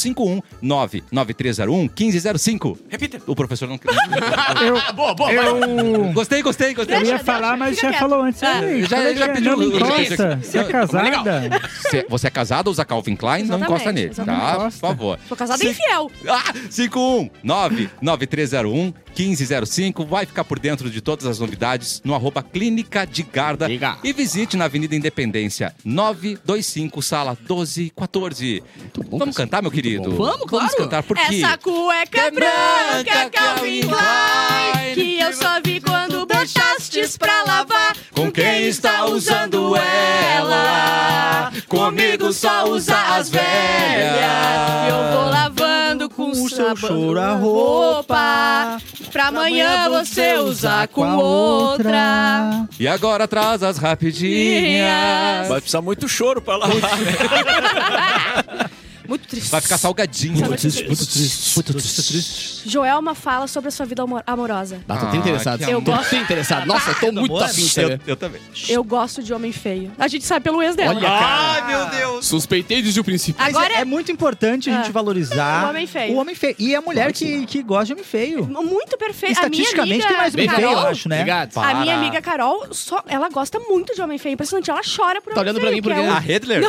519-9301-1505. Repita. O professor não... <laughs> Ah, boa, boa. Eu, gostei, gostei, gostei. eu ia Deixa, deixa, falar, mas fica já quieto. falou antes. Ah, Olha aí, já- olha já aí, pediu- Não me eu- eu- encosta. eu- Se é eu- eu- legal. casada... Cê- Você é casado ou usa Calvin Klein? Não Exatamente, encosta nele, tá? exatamente. Não Por encosta. favor. Sou casada e Sim. infiel. Ah, 519-9301-1505. Vai ficar por dentro de todas as novidades no arroba Clínica de Garda. Diga. E visite na Avenida Independência, 925, sala 1214. Vamos bom, Cassio. cantar, meu querido? bom. Vamos, claro. Vamos Tá, cantar, por quê? Essa cueca branca, Calvin Klein, Klein, que eu só vi quando botastes pra lavar. Com quem está usando ela? Comigo só usa as velhas. Eu vou lavando com o seu choro a roupa. Pra amanhã você usar com outra. E agora traz as rapidinhas. Vai precisar muito choro pra lá. <laughs> Muito triste. Vai ficar salgadinho. Joelma fala sobre a sua vida amor- amorosa. Ah, tô Ah, até que interessado. Eu tô amor. até interessado. Nossa, eu tô muito afim de saber. eu também. Eu gosto de homem feio. A gente sabe pelo ex dela. Olha, cara. meu Deus. Suspeitei desde o princípio. Mas Agora é, é muito importante a gente Ah. valorizar O homem feio. o homem feio. E a mulher que, que gosta de homem feio. Muito perfeito. Estatisticamente tem mais a homem minha feio, amiga, eu Carol, acho, né? Obrigado. A minha amiga Carol, só, ela gosta muito de homem feio. Impressionante, ela chora por Tá homem olhando pra feio. mim porque que é A Hitler?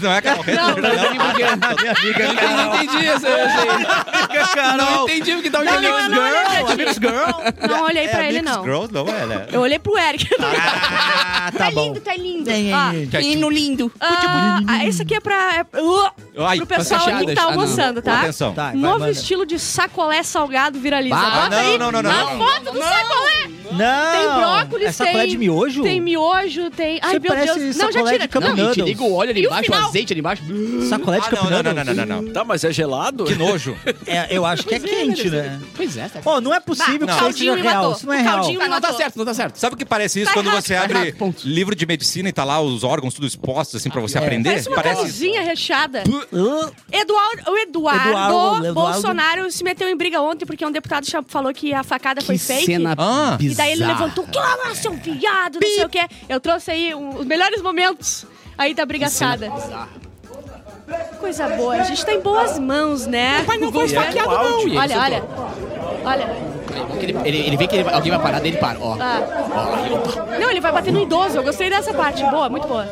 Não, é a Carol tá Hitler. Não, não, não, porque... Eu não entendi essa. essa- Não entendi o que tá tava Não, não, entendendo. eu não olhei pra ti. Não É olhei é pra ele, não. Girls, não é, né? Eu olhei pro Eric. Ah, tá <laughs> tá bom. lindo, tá lindo. Tem, Ó, tem. Menino lindo. ah, ah, esse aqui é pra... É, uh, Ai, pro pessoal aqui que fechadas. Ah, tá não. almoçando, tá? Atenção. Tá, vai, Novo manda. estilo de sacolé salgado viraliza. Ah, Bota não, aí não, não, não, a não. foto do sacolé. Não! Tem brócolis, Essa tem- colher de miojo? Tem miojo, tem... Ai, Você meu parece Deus. Não, já sacolé tira. de campo Não, e te Noodles. liga o óleo ali E o embaixo, o final? azeite ali embaixo. Tá Sacolé de Ah, não, campo não, noodles? não, não, não, não. Tá, mas é gelado? Que nojo. É, eu acho que é quente, né? Pois é, tá Ó, não é possível Bah, que isso o aí seja caldinho me real. matou. Isso não é O real. caldinho- Ah, não tá certo, não tá certo. Sabe o que parece isso Tá quando errado, você tá abre errado, ponto. livro de medicina e tá lá os órgãos tudo expostos, assim, pra você aprender? É. Parece uma cozinha recheada. Hã? Eduardo, o Eduardo, Eduardo, Eduardo. Bolsonaro se meteu em briga ontem porque um deputado cha- falou que a facada foi fake. Ah. E daí ele bizarra. levantou, clama, seu viado, não sei o quê. Eu trouxe aí um- os melhores momentos aí da brigaçada. Coisa boa, a gente tá em boas mãos, né? Mas não foi esfaqueado, não. E ele Olha, sentou. olha. Olha. Ele, ele, ele vê que ele vai- alguém vai parar, daí ele para. Ó. Ah. Não, ele vai bater no idoso. Eu gostei dessa parte. Boa, muito boa.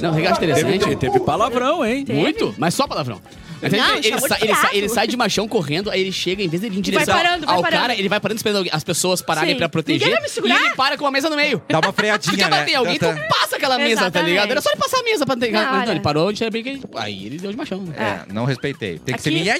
Não, regate interessante. Teve, teve palavrão, hein? Teve? Muito, mas só palavrão. Então ele, Não, ele chamou de sai, ele sai- viado. ele sai de machão correndo, aí ele chega, em vez dele ir em direção parando, vai ao parando. cara, ele vai parando esperando alguém- as pessoas pararem Sim. pra proteger. Ninguém vai me segurar? E ele para com uma mesa no meio. Dá uma Tu freadinha, quer né? bater em alguém, tu Tanta- passa aquela mesa, tá Exatamente. ligado? Era só ele passar a mesa pra ter. Na Não, hora. ele parou, a gente era bem que. Aí ele deu de machão. né? É, não respeitei. Tem que ser Aqui- minha.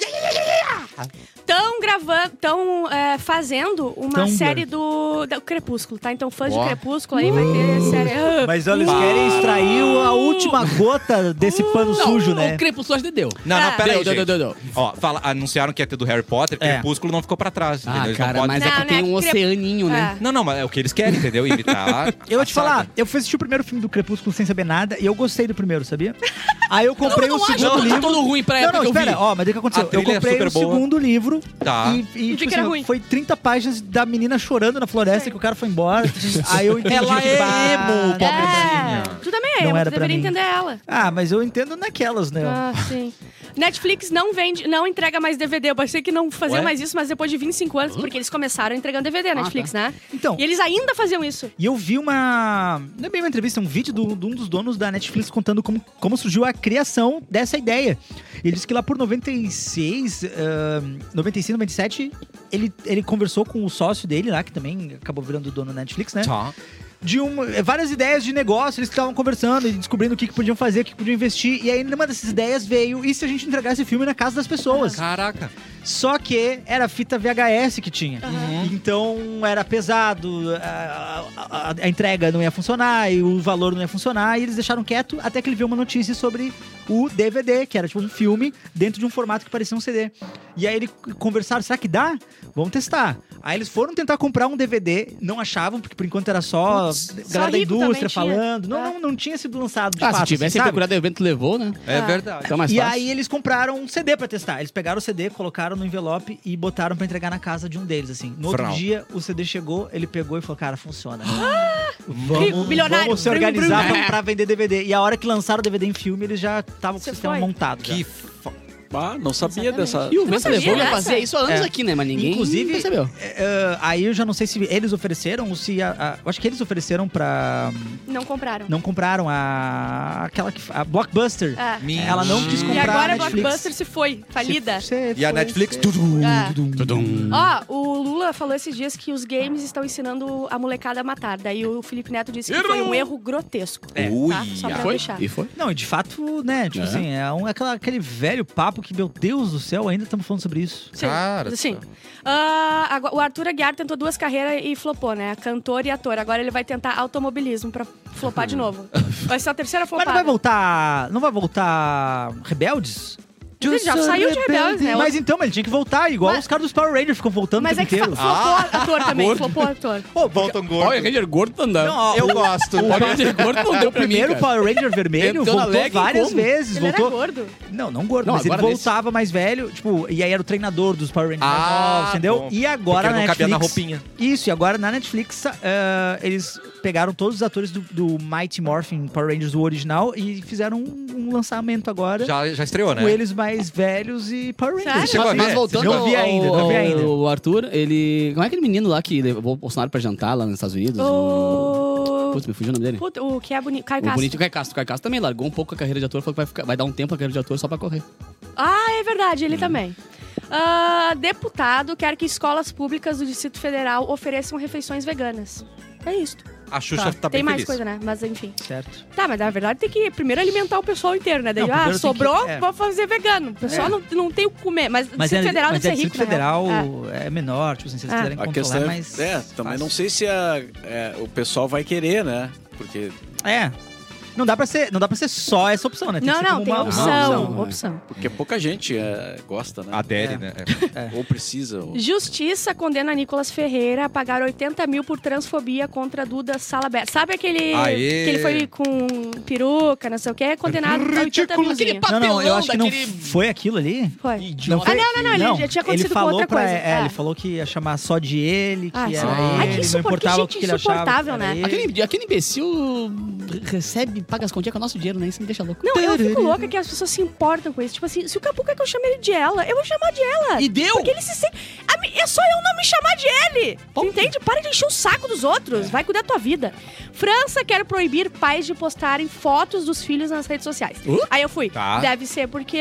Estão gravando, estão fazendo uma Tão série do, do Crepúsculo, tá? Então fãs Ó. de Crepúsculo aí vai ter série. Uh, Ah, Mas olha, eles querem extrair a última gota desse pano Não, sujo, o- né? O Crepúsculo acho que deu. Não, não, Ah. peraí, Deu, deu, gente. deu, deu, deu. Ó, fala- anunciaram que ia ter do Harry Potter, É. Crepúsculo não ficou pra trás, entendeu? Ah, Eles cara, não podem... mas é Não, que né, tem um cre- oceaninho, né? É. Não, não, mas é o que eles querem, entendeu? tá Imitar a Eu vou te falar, saga. eu fui assistir o primeiro filme do Crepúsculo sem saber nada e eu gostei do primeiro, sabia? Aí eu comprei não o acho segundo tudo- livro. Tá tudo ruim pra não, época não, que eu vi. espera, ó, mas daí o que aconteceu? A Eu trilha é comprei super o boa. segundo livro Tá. e, e, E tipo, que era assim, ruim. foi 30 páginas da menina chorando na floresta que o cara foi <laughs> embora. Aí eu entendi Ela que, tipo, ah, é bah, emo, pobrezinha. Tu também é, Não emo, era tu pra deveria mim. entender ela. Ah, mas eu entendo naquelas, né? Ah, sim. Netflix não vende, não entrega mais DVD. Eu pensei que não faziam Ué? mais isso, mas depois de 25 anos, porque eles começaram entregando DVD na Ah, Netflix, tá. né? Então, E eles ainda faziam isso. E eu vi uma. Não é bem uma entrevista, é um vídeo do- de um dos donos da Netflix contando como, como surgiu a criação dessa ideia. Ele disse que lá por 96, ahn, 96, 97, ele, ele conversou com o sócio dele lá, que também acabou virando dono da Netflix, né? Tá. De um, eh, várias ideias de negócio, eles estavam conversando e descobrindo o que, que podiam fazer, o que, que podiam investir. E aí numa dessas ideias veio: e se a gente entregar esse filme na casa das pessoas? Caraca. Só que era fita VHS que tinha. Uhum. Então era pesado, a, a- a- a entrega não ia funcionar e o valor não ia funcionar. E eles deixaram quieto até que ele viu uma notícia sobre o DVD, que era tipo um filme dentro de um formato que parecia um CD. E aí ele conversaram: será que dá? Vamos testar. Aí eles foram tentar comprar um DVD, não achavam, porque por enquanto era só galera só da rico também indústria tinha. falando. Não, Ah. não, não tinha sido lançado de Ah, fato. se assim, tivesse sabe? procurado o evento, levou, né? É Ah. verdade. Fica mais E fácil. aí eles compraram um CD pra testar. Eles pegaram o CD, colocaram no envelope e botaram pra entregar na casa de um deles, assim. No outro Frau. dia, o CD chegou, ele pegou e falou, cara, funciona. Rico, milionário. Vamos se Brum, organizar brum. pra, pra vender DVD. E a hora que lançaram o DVD em filme, eles já estavam com o Você sistema foi? montado. já. Que fo... Ah, não sabia Exatamente. dessa. E o não vento sabia levou, eu dessa? fazia isso há anos É. aqui, né? Mas ninguém Inclusive, percebeu. É, aí eu já não sei se eles ofereceram ou se... a- a- eu acho que eles ofereceram pra... Não compraram. Não compraram a... Aquela que... A Blockbuster. Ah. Minha- Ela não quis E E comprar agora a a Netflix. Blockbuster se foi, falida. Você E a foi- Netflix... tudum, Ah. tudum. Ó, o Lula falou esses dias que os games estão ensinando a molecada a matar. Daí o Felipe Neto disse que foi um erro grotesco. Ui, tá? Só pra foi? deixar. E foi? Não, e de fato, né? Tipo É. assim, é um, aquela, aquele velho papo que, meu Deus do céu, ainda estamos falando sobre isso. Sim, Cara, sim. tá. Ah, agora- o Arthur Aguiar tentou duas carreiras e flopou, né? Cantor e ator. Agora ele vai tentar automobilismo pra flopar de <laughs> novo. Vai ser a terceira Mas flopada. não vai voltar. Não vai voltar Rebeldes? Ele já saiu de Rebeldes, né? Mas então, ele tinha que voltar, igual Mas- os caras dos Power Rangers ficam voltando Mas o é tempo que fa- inteiro. flopou ator também, gordo. flopou ator. Pô, Voltam Olha, um gordo. Ranger Gordo tá andando. Não, ó, Eu o, gosto. O Ranger Gordo não deu o primeiro Power Ranger vermelho Entrou na voltou leg e várias como? vezes. Ele voltou... era gordo. Não, não gordo, Não, mas ele agora nesse. voltava mais velho, tipo, e aí era o treinador dos Power Rangers mais Ah, novos, entendeu? bom. E agora Porque não na cabia Netflix, na roupinha. Isso, e agora na Netflix ah, eles pegaram todos os atores do, do Mighty Morphin Power Rangers, o original, e fizeram um, um lançamento agora Já, já estreou, né? com eles mais velhos e Power Sério? Rangers. Você chegou a Mas, mas ver? voltando Não vi ao- ainda, não vi ao- ainda. O Arthur, ele... Como é aquele menino lá que levou o Bolsonaro pra jantar lá nos Estados Unidos? O... O... Putz, me fugiu o nome dele. Puta, o que é bonito. Caio O Castro. bonito Caio Oh. Castro. O Caio Castro também largou um pouco a carreira de ator, falou que vai, ficar- vai dar um tempo a carreira de ator só pra correr. Ah, é verdade, Hum. ele também. Ah, deputado quer que escolas públicas do Distrito Federal ofereçam refeições veganas. É isso. A Xuxa tá, tem bem mais feliz. coisa, né? Mas enfim. Certo. Tá, mas na verdade tem que primeiro alimentar o pessoal inteiro, né? Daí, Não, ah, primeiro tem sobrou, que- é. vou fazer vegano. O pessoal É. não, não tem o que comer. Mas o Mas Distrito é, Federal mas é deve ser rico, né? Ah. Distrito na real. Federal é. menor, tipo assim, se eles É. quiserem A controlar, questão é, mas... é, também fácil. não sei se a- é, o pessoal vai querer, né? Porque, É. Não dá pra ser, não dá pra ser só essa opção, né? É. Tem que Não, ser não, como tem uma opção, opção, opção. né? porque Uhum. pouca gente é, gosta, né? Adere, É. né? É. Ou precisa. Ou... Justiça condena Nicolas Ferreira a pagar 80 mil por transfobia contra Duda Salaberto. Sabe aquele Aê. que ele foi com peruca, não sei o quê, é condenado a 80 milzinho. Aquele Não, não, eu acho que não Papelão daquele- foi aquilo ali. Foi. Não foi- Ah, não, não, não, ele já tinha acontecido ele falou com outra pra- coisa. É, Ah. Ele falou que ia chamar só de ele, que Ah, era ele, sim. Ai, que não insupor- que importava o gente que, ele achava. insuportável, né? era ele. Aquele, aquele imbecil recebe, paga as continhas com o nosso dinheiro, né? Isso me deixa louco. Não, eu fico louca que as pessoas se importam com isso. Tipo assim, se o Capu quer que eu chame ele de ela, eu vou chamar de ela. E deu! Porque ele se sente. A mi- É só eu não me chamar de ele! Tu Ponto. entende? Para de encher o saco dos outros. Vai cuidar da tua vida. França quer proibir pais de postarem fotos dos filhos nas redes sociais. Uh? Aí eu fui. Tá. Deve ser porque,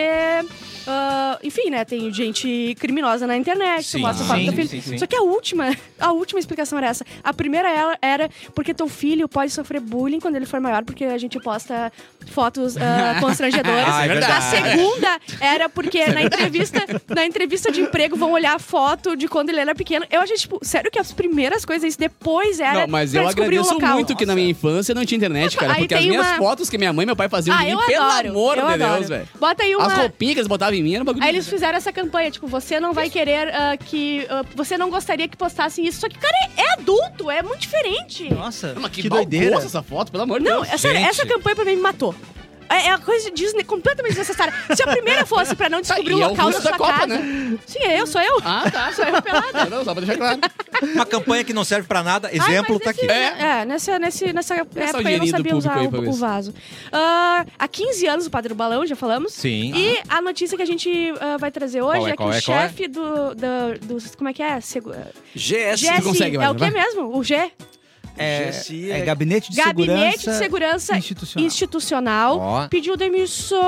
ah, enfim, né? Tem gente criminosa na internet, Sim. que mostra Sim, foto do sim, filho. sim, sim. Só que a última, a última explicação era essa. A primeira era, era porque teu filho pode sofrer bullying quando ele for maior, porque a gente posta <laughs> fotos ah, constrangedoras. Ah, é a verdade. segunda era É porque na entrevista, na entrevista de emprego vão olhar a foto de quando ele era pequeno. Eu achei, tipo, sério que as primeiras coisas, isso depois era Não, mas pra eu descobrir o agradeço local. muito que na minha infância não tinha internet, cara. Aí Porque as tem minhas uma- fotos que minha mãe e meu pai faziam Ah, de eu mim, pelo adoro. amor eu de adoro. Deus, velho. Bota aí uma... As roupinhas que eles botavam em mim era um bagulho. Aí eles fizeram essa campanha, tipo, você não vai querer ah, que. ah, você não gostaria que postassem isso. Só que, cara, é, é adulto, é muito diferente. Nossa, Mas que, que doideira. babosa essa foto, pelo amor de Não, Deus. essa, gente. essa campanha pra mim me matou. É é uma coisa de Disney completamente desnecessária. Se <laughs> a primeira fosse pra não descobrir e é o o local da russo da sua Copa, casa. né? Sim, é eu, sou eu. Ah, tá. <laughs> Sou eu pelada. Não, só pra deixar claro. Uma campanha que não serve pra nada, Ai, exemplo, mas tá aqui. nesse- É, nessa, nesse, nessa época eu não dinheirinho do sabia público usar aí o, pra ver o se- vaso. Ah, há 15 anos o Padre do Balão, já falamos. Sim. E a notícia que a gente ah, vai trazer Qual hoje é, é, que qual o é, qual é? chefe do, do, dos- Como é que é? Segu... GS. GSI, consegue, é vai, o que vai. mesmo? O G? É, GSI é gabinete de Gabinete segurança. de Segurança Institucional. Institucional. Ó. Pediu demissão.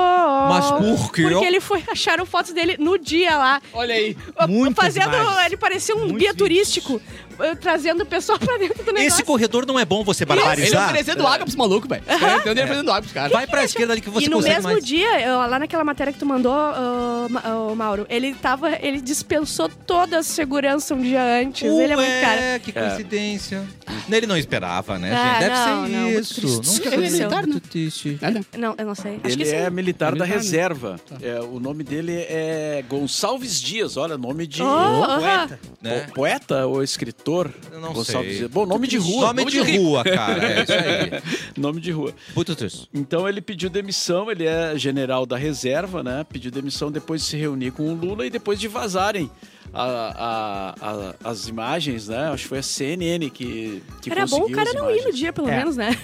Mas por quê? Porque ele foi... <laughs> Acharam fotos dele no dia lá. Olha aí. Muitas fazendo... imagens. Ele parecia um Muitos guia vídeos. turístico. eh, Trazendo o pessoal pra dentro do negócio. Esse corredor não é bom você Ele tá barbarizar. oferecendo água pros malucos, velho. Então ele oferecendo água pros caras. Vai pra esquerda ali que você um e no consegue mesmo mais. dia, eu- lá naquela matéria que tu mandou, ô, Ma- ô, Mauro, ele tava. Ele dispensou toda a segurança um dia antes. ele é muito cara. que coincidência. Ele não esperava, né, Ah, gente? Deve não, ser não, muito isso. triste. Nunca Ele é aconteceu. militar, né? <laughs> Muito triste. Olha. Não, eu não sei. Acho que Ele sim. tá é militar da Militar, né? reserva. É, o nome dele é Gonçalves Dias. Olha, nome de Oh, aham. Né? po- poeta ou escritor. Eu não Gonçalves sei. Dias. Bom, nome de rua. Nome de rua, cara. É isso aí. Nome de rua. Muito triste. Então ele pediu demissão, ele é general da reserva, né? Pediu demissão depois de se reunir com o Lula e depois de vazarem a- a- a- as imagens, né? Acho que foi a CNN que, que Era bom o conseguiu cara as não ir no imagens. dia, pelo É. menos, né?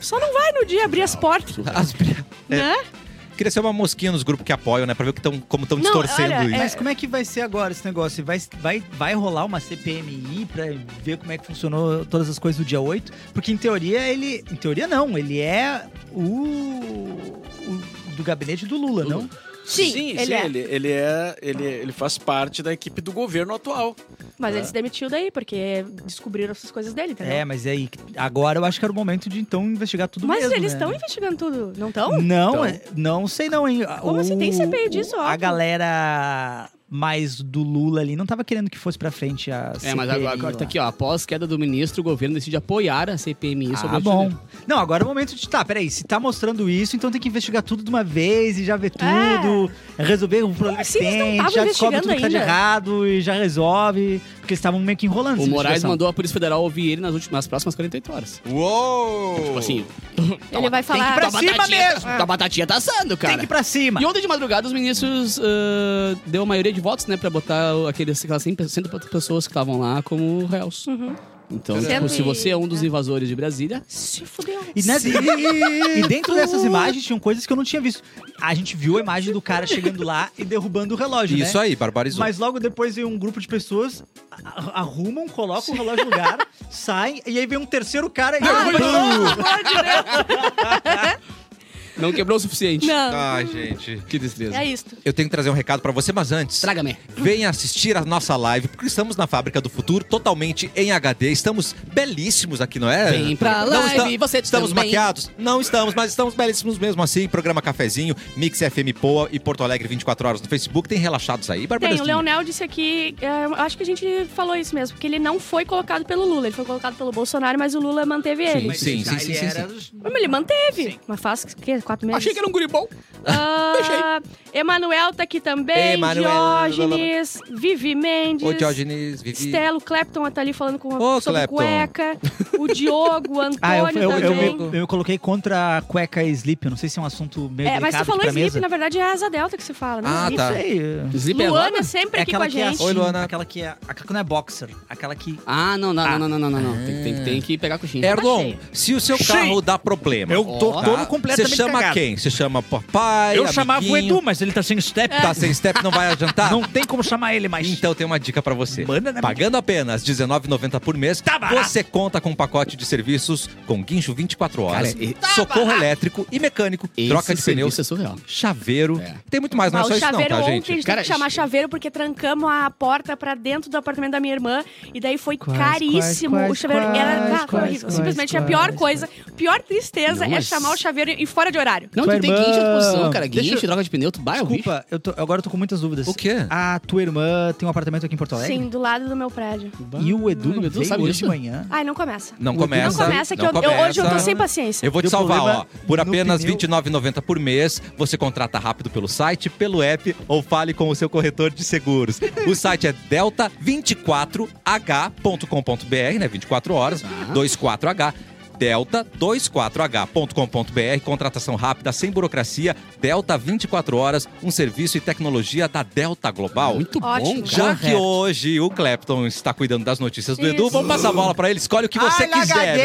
Só não vai no dia abrir as portas, né? É. Queria ser uma mosquinha nos grupos que apoiam, né? Pra ver o que tão, como estão Não, distorcendo olha, isso. Mas como é que vai ser agora esse negócio? Vai, vai, vai rolar uma CPMI pra ver como é que funcionou todas as coisas do dia 8? Porque em teoria ele. Em teoria não, ele é o. o do gabinete do Lula, não? Sim, ele é. Ele, ele é ele, ele faz parte da equipe do governo atual. Mas É. ele se demitiu daí, porque descobriram essas coisas dele, entendeu? É, mas aí. Agora eu acho que era o momento de então investigar tudo Mas mesmo. eles né? estão investigando tudo, não estão? Não, Então. é- não sei não, hein? A- Como assim? Tem CPI disso, A óbvio. galera mais do Lula ali não tava querendo que fosse pra frente a É, mas CPI agora, agora tá lá. aqui, ó. Após queda do ministro, o governo decide apoiar a CPMI sobre Ah, o bom. Não, agora é o momento de. Tá, peraí. Se tá mostrando isso, então tem que investigar tudo de uma vez e já ver tudo. Resolver um problema que assim eles É. não tem. tavam Já descobre investigando tudo que tá de ainda? errado e já resolve. Porque eles estavam meio que enrolando. O essa Moraes investigação. mandou a Polícia Federal ouvir ele nas, últimas, nas próximas 48 horas. Uou! Tipo assim, Ele tem que vai falar. ir pra Tua cima batatinha- mesmo. A batatinha tá assando, cara. Tem que ir pra cima. E ontem de madrugada os ministros ah, deu a maioria de votos, né, pra botar o- aqueles, aquelas 100 pe- 100 pessoas que estavam lá como réus. Uhum. Então, Cento tipo, se e- você é um dos invasores de Brasília, Se fudeu. E, né, e- e dentro dessas imagens tinham coisas que eu não tinha visto. A gente viu a imagem do cara chegando lá e derrubando o relógio, né? Isso aí, barbarizou. Mas logo depois vem um grupo de pessoas, a- arrumam, colocam o relógio no lugar, <laughs> saem, e aí vem um terceiro cara e não quebrou o suficiente. Não. Ai, Ah, gente. Que tristeza. É isto. Eu tenho que trazer um recado pra você, mas antes. Traga-me. Venha assistir a nossa live, porque estamos na Fábrica do Futuro, totalmente em HD. Estamos belíssimos aqui, não é? Vem pra Não live, esta- você Estamos também. maquiados? Não estamos, mas estamos belíssimos mesmo assim. Programa Cafezinho, Mix FM Poa e Porto Alegre 24 horas no Facebook. Tem relaxados aí, Tem, o Barbaresquinha? Leonel disse aqui, é, eu acho que a gente falou isso mesmo, porque ele não foi colocado pelo Lula, ele foi colocado pelo Bolsonaro, É, mas o Lula manteve ele. Mas sim, sim, sim, sim, Mas ele manteve, mas faz que, quatro meses. Achei que era um guribom. Ah, Emanuel tá aqui também, Emanuel. Diógenes, Vivi Mendes. Ô, Diógenes, Vivi. Stelo Clapton tá ali falando com Ô, sobre Clapton. cueca. O Diogo, o Antônio Ah, eu, eu, eu, também. me- eu coloquei contra a cueca e sleep. Eu não sei se é um assunto meio é, delicado mas você falou aqui pra Sleep, mesa. na verdade é a asa delta que se fala, né? Ah, Sleep. tá. Não sei. Sleep é Luana nova? sempre É aqui com aquela a que é gente. assim, Oi, Luana. aquela que é aquela que não é boxer, aquela que Ah, não, não, Ah. não, não, não, não, não. Tem, tem- tem que pegar a tá coxinha. Erlon, Achei. se o seu carro dá problema. Eu tô tá? todo completamente Você chama cagado. quem? Você chama papai, vai. Eu chamava o amiguinho. Edu, mas ele tá sem step. Tá sem step, não vai adiantar? Não tem como chamar ele mais. Então tem uma dica pra você. Manda na Pagando apenas R$19,90 por mês, Tá barato. você conta com um pacote de serviços com guincho 24 horas, Tá Cara, e- socorro elétrico e mecânico, Esse troca de pneus, serviço é surreal. chaveiro. É. Tem muito mais, não é Ah, só o isso não, chaveiro tá, ontem, gente? a gente Cara, teve que chamar isso- chaveiro porque trancamos a porta pra dentro do apartamento da minha irmã e daí foi Quais, caríssimo. quais, o chaveiro era quais, ah, foi horrível. quais, simplesmente a quais, pior quais, coisa, pior tristeza é Nossa. chamar o chaveiro e fora de horário. Não, tu Tua tem irmã- guincho à disposição, cara. Guincho, Deixa eu- troca de pneu, tu vai, bicho. Desculpa, eu tô- agora eu tô com muitas dúvidas. O quê? A tua irmã tem um apartamento aqui em Porto Alegre? Sim, do lado do meu prédio. E o Edu não o Edu veio sabe hoje disso? de manhã? Ai, não começa. Não Não começa. não começa que não eu- eu- hoje eu tô começa. sem paciência. Eu vou te Deu salvar, ó. problema Por no apenas pneu. R$29,90 por mês, você contrata rápido pelo site, pelo app ou fale com o seu corretor de seguros. O site é delta24h.com.br, né? 24 horas, 24h. Delta 24h.com.br, contratação rápida, sem burocracia, Delta 24 horas, um serviço e tecnologia da Delta Global. Muito bom, Ótimo. cara. Já que hoje o Clapton está cuidando das notícias do Edu, Isso. vamos passar a bola pra ele. Escolhe o que você quiser.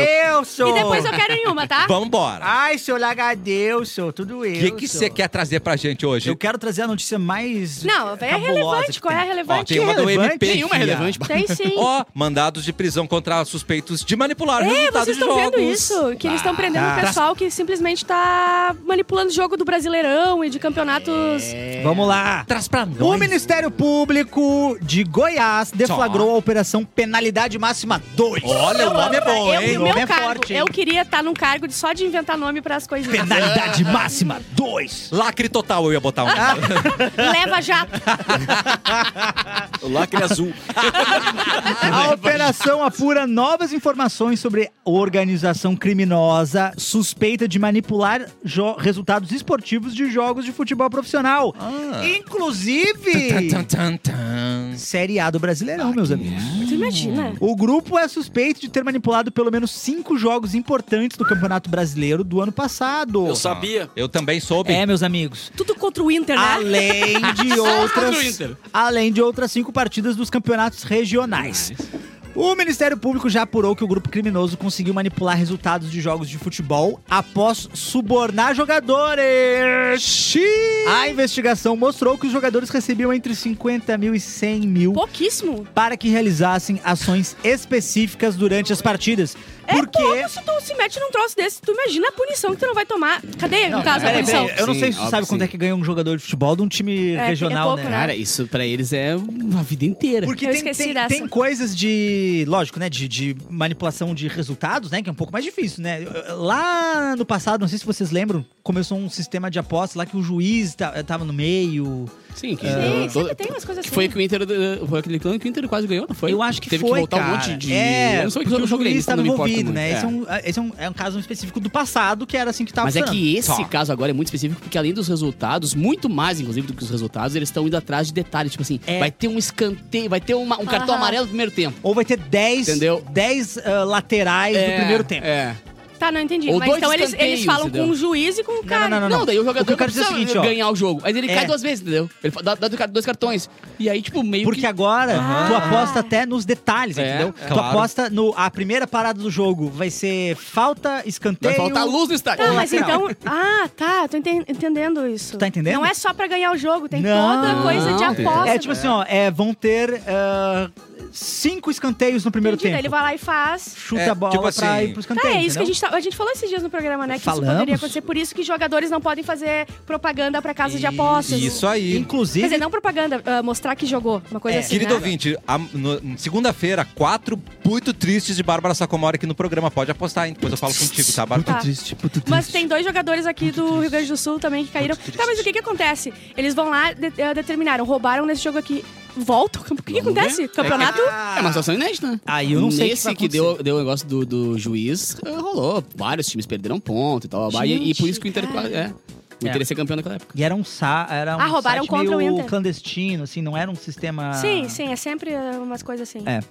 meu. E depois eu quero nenhuma, tá? Vambora. Ai, seu lagadeuso, tudo O eu. que que você quer trazer pra gente hoje? Eu quero trazer a notícia mais. Não, é cabulosa relevante. que Qual é a tem. Ó, relevante? tem uma do relevante? MP. Nenhuma é aqui, relevante. Tem sim. Ó, mandados de prisão contra suspeitos de manipular É, resultados vocês de estão jogos. vendo isso? Que eles estão prendendo tá. o pessoal que simplesmente tá manipulando o jogo do Brasileirão e de campeonatos. Vamos lá. Traz pra O nós. Ministério Público de Goiás deflagrou a Operação Penalidade Máxima 2. Olha, o nome é bom, eu, hein? no O meu nome é cargo, forte, hein? eu queria estar num cargo de só de inventar nome <laughs> pras <laughs> coisinhas. Penalidade Máxima 2. Lacre total eu ia botar um. Assim, Leva jato. O lacre <laughs> azul. Ah, A operação apura novas informações sobre organização criminosa suspeita de manipular jo- resultados esportivos de jogos de futebol profissional. Ah. Inclusive, Tan, tan, tan. Série A do Ah, Brasileirão, meus amigos. Tu imagina? <laughs> O grupo é suspeito de ter manipulado pelo menos cinco jogos importantes do Campeonato Brasileiro do ano passado. Eu sabia. Eu também soube. É, meus amigos. Tudo contra o Inter, né? Além de Contra o outras, Inter. além de outras cinco partidas dos campeonatos regionais. O Ministério Público já apurou que o grupo criminoso conseguiu manipular resultados de jogos de futebol após subornar jogadores. A investigação mostrou que os jogadores recebiam entre 50 mil e 100 mil Pouquíssimo. para que realizassem ações específicas durante as partidas. É Porque Como se tu se mete num troço desse, tu imagina a punição que tu não vai tomar. Cadê, no caso, a Peraí, punição? peraí, É, eu não Sim, sei se tu óbvio sabe que quanto sim. é que ganha um jogador de futebol de um time É, regional, é pouco, né? né? Cara, isso pra eles é uma vida inteira. Porque Eu tem, esqueci tem, dessa. tem coisas de. Lógico, né? De, de manipulação de resultados, né? Que é um pouco mais difícil, né? Lá no passado, não sei se vocês lembram, começou um sistema de apostas lá que o juiz ta- tava no meio. Sim, que, Sim, eu- sempre tem umas coisas que assim. é, foi que o Inter. eh, Foi aquele clã que o Inter quase ganhou, não foi? Eu acho que Teve foi. que voltar cara. um monte de. É, eu não sei o que porque eu juiz jogo gremista, estava não me importa envolvido, muito. né? Esse, é um, esse é, um, é um caso específico do passado que era assim que tava Mas é funcionando. que esse Só. caso agora é muito específico, porque além dos resultados, muito mais, inclusive, do que os resultados, eles estão indo atrás de detalhes. Tipo assim, É. vai ter um escanteio, vai ter uma- um cartão Aham. amarelo no primeiro tempo. Ou vai ter 10 Entendeu? 10 ah, laterais do É, primeiro tempo. É. Tá, não entendi. Ou Mas dois então eles, eles escanteios, falam com entendeu? o juiz e com o cara. não, não, não. Não, daí o jogador O que eu quero dizer é o não precisa seguinte, ó. ganhar o jogo. Mas ele É. cai duas vezes, entendeu? Ele dá, dá dois cartões. E aí, tipo, meio Porque que... agora Ah. tu aposta até nos detalhes, É, entendeu? é. Tu Claro. aposta no a primeira parada do jogo vai ser falta, escanteio. Vai faltar luz no estádio. Tá, mas lateral. então. Ah, tá, tô enten- entendendo isso. Tu tá entendendo? Não é só pra ganhar o jogo, tem Não. toda coisa de Não, aposta. É tipo assim, ó, é, vão ter ah, cinco escanteios no primeiro Entendi, daí tempo. Ele vai lá e faz. Chuta É, a bola tipo pra assim, ir pro Tá, escanteio. é isso que a entendeu? gente, tá- a gente falou esses dias no programa, né? Que Falamos. isso poderia acontecer. Por isso que jogadores não podem fazer propaganda pra casa de apostas. Isso aí. Quer Inclusive, dizer, não propaganda, ah, mostrar que jogou. Uma coisa É. assim. Querido né? ouvinte, a- no- segunda-feira, quatro muito tristes de Bárbara Sacomori aqui no programa. Pode apostar, hein? Depois eu falo contigo, tá, Bárbara? Tá. triste, puto Mas tem dois jogadores aqui do Rio Grande do Sul também que caíram. Tá, mas o que que acontece? Eles vão lá, de- eh, determinaram, roubaram nesse jogo aqui. Volta? <laughs> O que que Vamos ver. acontece? Campeonato? É uma situação inédita, né? Aí eu não sei o que Nesse vai que, deu, deu o negócio do, do juiz, eh, rolou. Vários times perderam ponto e tal. e, e por Gente, isso que o Inter... cara. É. O Inter ia ser campeão naquela época. E era um, sa era um Ah, roubaram site contra o meio Inter. clandestino, assim, não era um sistema... Sim, sim, é sempre eh, umas coisas assim. É.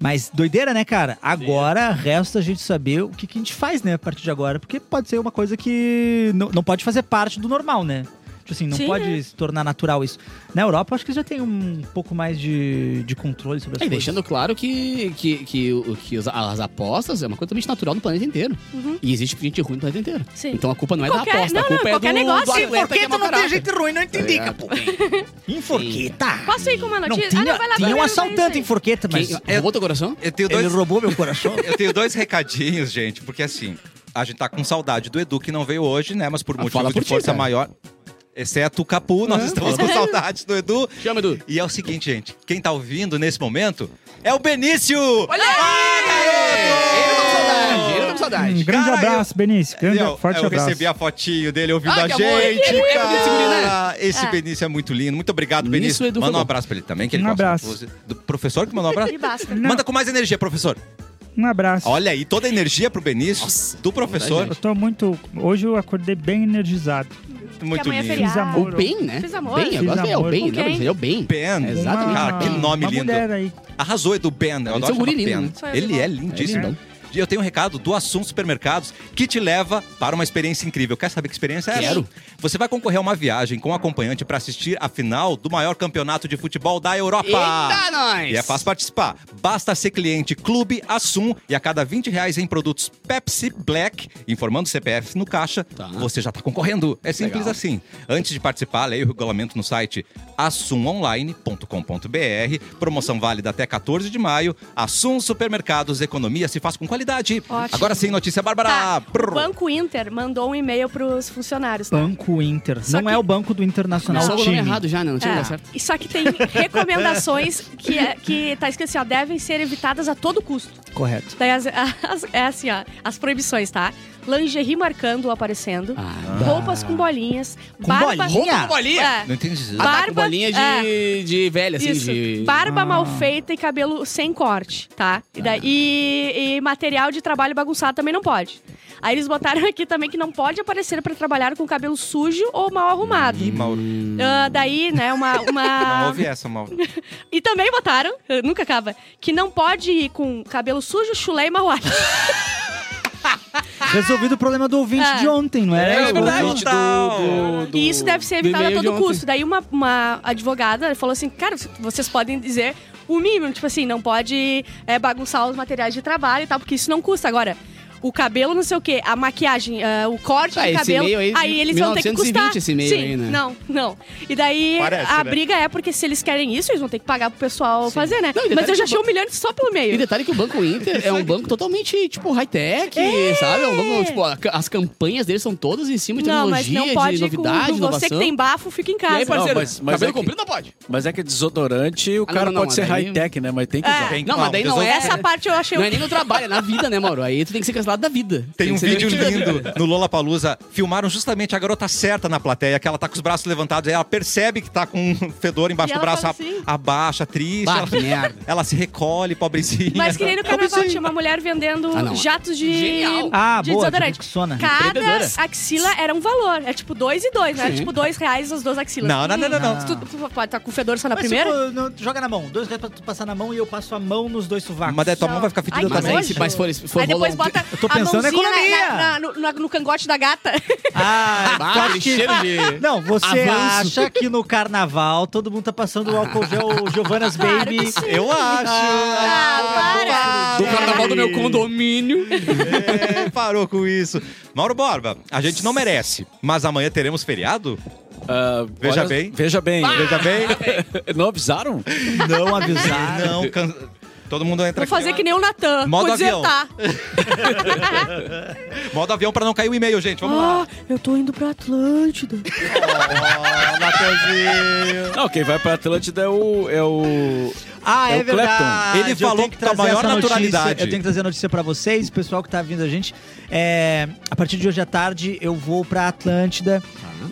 Mas doideira, né, cara? Agora resta a gente saber o que, que a gente faz, né, a partir de agora. Porque pode ser uma coisa que não, não pode fazer parte do normal, né? Tipo Tipo assim, não Sim, é. pode se tornar natural isso. Na Europa, eu acho que já tem um pouco mais de, de controle sobre as É, e coisas. deixando claro que, que, que, o- que os- as apostas é uma coisa totalmente natural no planeta inteiro. E existe gente ruim no planeta inteiro. Uhum. Sim. Então a culpa não é Qualquer- da aposta, não, a culpa não, é qualquer do, negócio. do Sim, atleta que é mau caráter. ruim, não entendi, Tá ligado? <laughs> Em Posso ir com uma Não, notícia? tinha, ah, não, vai lá. tinha um vai lá, vai lá, assaltante em vai lá. Forqueta, mas Quem, roubou teu coração? Eu tenho ele dois, roubou meu coração. eu tenho dois recadinhos, gente, porque assim, a gente tá com saudade do Edu, que não veio hoje, né? Mas por Ah, motivo fala de por ti, força cara. maior. Exceto o Capu, nós estamos com saudade do Edu. Chama, Edu. E é o seguinte, gente, quem tá ouvindo nesse momento é o Benício! Olha Ele tá com saudade, ele tá com Um saudade. grande Cara, abraço, Benício. Grande, Eu, forte eu abraço. recebi a fotinho dele ouvindo Ah, a que gente. amor, ele é cara. bonito, guri, Esse Benício é muito lindo. Muito obrigado, Nisso, Benício. Edu, Manda foi um bom. abraço pra ele também, que ele Um gosta abraço. muito de você. Do professor que mandou um abraço? <laughs> E basta. Não. Manda com mais energia, professor. Um abraço. Olha aí, toda a energia pro Benício, Nossa, do professor. Eu tô muito. Hoje eu acordei bem energizado. Muito Que amanhã é lindo. Fiz feriado. amor. O bem, né? Fiz amor. Bem, Fiz agora é o amor. bem, Com quem? né? Ele é o bem. Ben. É, Exatamente. Uma- Cara, que nome uma lindo. mulher aí. Arrasou, Edu Ben. Eu Eles adoro são chamar guri lindo, Ben. né? Só eu Ele digo. é É lindíssimo. lindão. E eu tenho um recado do Assuntos Supermercados que te leva para uma experiência incrível. Quer saber que experiência é essa? Quero. Você vai concorrer a uma viagem com um acompanhante para assistir a final do maior campeonato de futebol da Europa. Eita, nós! E é fácil participar. Basta ser cliente Clube Assum e a cada 20 reais em produtos Pepsi Black, informando o CPF no caixa, Tá. você já está concorrendo. É simples Legal. assim. Antes de participar, leia o regulamento no site assumonline.com.br. Promoção válida até 14 de maio. Assum Supermercados, economia se faz com qualidade. Ótimo. Agora sim, notícia Bárbara. Tá. O Prrr. Banco Inter mandou um e-mail pros funcionários. tá? Banco Inter. Só não que- é o banco do Internacional. Não, só o nome time. errado já, né? Não tinha tá É. dado certo. E Só que tem recomendações que, é- que tá escrito assim, ó, devem ser evitadas a todo custo. Correto. Daí as- as- é assim, ó, as proibições, tá? Lingerie marcando ou aparecendo, Ah, roupas com bolinhas, Com barba... bolinha? Roupa com bolinha? É. Não entendi. isso. Ataque Barba- é, bolinha de, de velha, assim, Isso, de... barba Ah. mal feita e cabelo sem corte, tá? E, daí- e- e material de trabalho bagunçado também não pode. Aí eles botaram <laughs> aqui também que não pode aparecer pra trabalhar com cabelo sujo ou mal arrumado. Ih, Mauro. Ah, daí, né, uma... uma- Não ouvi essa, Mauro. E também botaram, <laughs> eh, nunca acaba, que não pode ir com cabelo sujo, chulé e mauá. Resolvido o problema do ouvinte É. de ontem, não era? É O verdade. ouvinte- do, do, do- E isso deve ser do evitado a e-mail de todo ontem. custo. Daí uma, uma advogada falou assim, cara, vocês podem dizer o mínimo, tipo assim, não pode eh, bagunçar os materiais de trabalho e tal, porque isso não custa. Agora, o cabelo não sei o quê, a maquiagem, ah, o corte Ah, de esse cabelo, e-mail aí, eles vão ter que 1920 custar. esse e-mail Sim, aí, né? não, não. E daí Parece, a né? briga é porque se eles querem isso, eles vão ter que pagar pro pessoal fazer, né? Não, e Mas detalhe eu já que o achei humilhante só pelo meio. E detalhe que o Banco Inter é um banco totalmente, tipo, high-tech, sabe? É um banco, tipo, a- as campanhas deles são todas em cima de Não, mas tecnologia, não pode de ir com novidade, com inovação. você que tem bafo, fica em E casa. aí, parceiro, Não, mas- mas cabelo é que- comprido não pode. Mas é que desodorante, o Ah, cara não, não, pode mas ser aí- high-tech, né? Mas tem que Tá. usar. Tem que Não, falar, mas daí não Deus é Essa parte eu achei Não é nem no trabalho, é na vida, né, Mauro? Aí tu tem que ser cancelado da vida. Tem um que ser <laughs> vídeo demitido. lindo no Lollapalooza. Filmaram justamente a garota certa na plateia, que ela tá com os braços levantados. Aí ela percebe que tá com um fedor embaixo E do ela braço. fala ela assim? Abaixa, triste. Bah, ela, que merda. <laughs> ela se recolhe, pobrezinha. Mas que nem no carnaval Pobrezinha. tinha uma mulher vendendo Ah, não. jatos de, Genial. Ah, de boa. desodorante. que Sona. Cada Empreendedora. axila era um valor. É tipo dois e dois, né? Era tipo dois reais as duas axilas. Não, não, não, não, não. Hum, Tu, tu pode estar com fedor só na Mas tipo, primeira? se for- não, joga na mão. Dois reais pra tu passar na mão e eu passo a mão nos dois sovacos. <laughs> Mas é daí tua mão Não. vai ficar fedida Ai, que Mas também. aí, nojo. se mas for, se for Aí depois rolar um- bota tô a pensando na mãozinha economia. na- na- no, na- no cangote da gata. Ah, tu Ah, acha aquele que- cheiro de... <laughs> Não, você Avanço. acha que no carnaval todo mundo tá passando o álcool gel Giovanna's Claro Baby? que sim. Eu acho. Ah, <laughs> Ah, Do carnaval do meu condomínio. É, parou com isso. Mauro Borba, a gente não merece, mas amanhã teremos feriado? Ah, Veja olha- bem. Veja bem. Veja bem. Não avisaram? Não avisaram. Não, can- todo mundo entra Vou aqui. fazer que nem o Natan. Modo Vou avião. desertar. Modo avião pra não cair o e-mail, gente. Vamos lá. Ah, eu tô indo pra Atlântida. Ó, Matheusinho. Não, quem vai pra Atlântida é o. É o... Ah, É é, o Clapton. verdade. Ele Eu falou tenho com a trazer maior essa notícia, naturalidade. Eu tenho que trazer a notícia pra vocês, pessoal que tá vindo a gente. É, a partir de hoje à tarde eu vou pra Atlântida.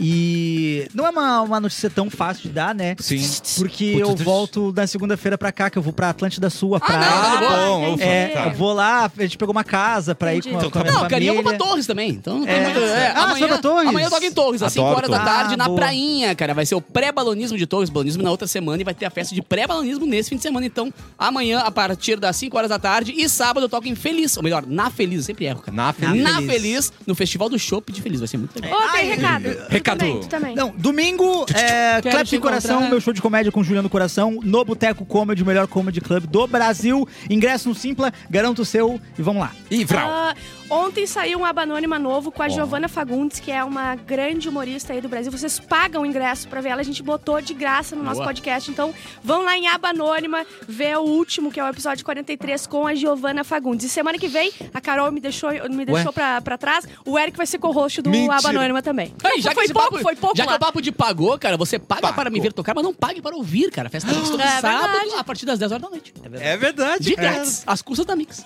E não é uma, uma notícia tão fácil de dar, né? Sim. Porque Putz, eu Deus. volto na segunda-feira pra cá, que eu vou pra Atlântida Sul, a tá Ah, praia. bom. ufa, é, tá. eu vou lá, a gente pegou uma casa pra ir Entendi. com, a- Então com tá a minha Não, carinha família. ocupa Torres também. Então, É. tem muito- é, Ah, você vai amanhã, pra Torres? amanhã eu toco em Torres, às 5 Adoro horas da Torres. tarde, Ah, na boa. prainha, cara. Vai ser o pré-balonismo de Torres, balonismo na outra semana, e vai ter a festa de pré-balonismo nesse fim de de semana. Então, amanhã, a partir das 5 horas da tarde e sábado, eu toco em Feliz. Ou melhor, na Feliz. eu Sempre erro, cara. Na Na, Feliz. Feliz. no Festival do Chopp de Feliz. Vai ser muito legal. Ô, tem Ai, recado. Tu recado. também, tu também. Não, domingo, é, Quero Clap te de Coração, encontrar. meu show de comédia com Juliano Coração, no Boteco Comedy, o melhor comedy club do Brasil. Ingresso no Simpla, garanto o seu e vamos lá. E Vral. Ah, ontem saiu um aba anônima novo com a Ó. Giovana Fagundes, que é uma grande humorista aí do Brasil. Vocês pagam o ingresso pra ver ela, a gente botou de graça no nosso Boa. podcast. Então, vão lá em aba anônima ver o último, que é o episódio 43 com a Giovana Fagundes. E semana que vem, a Carol me deixou, me deixou pra, pra trás. O Eric vai ser co-host do Mentira. aba anônima também. Aí, foi esse pouco, papo- foi pouco Já que lá. o papo de pagou, cara, você paga Pagou. para me ver tocar, mas não pague para ouvir, cara. Festa Mix todo É sábado, verdade. a partir das 10 horas da noite. É verdade. De grátis, as custas da <laughs> Mix.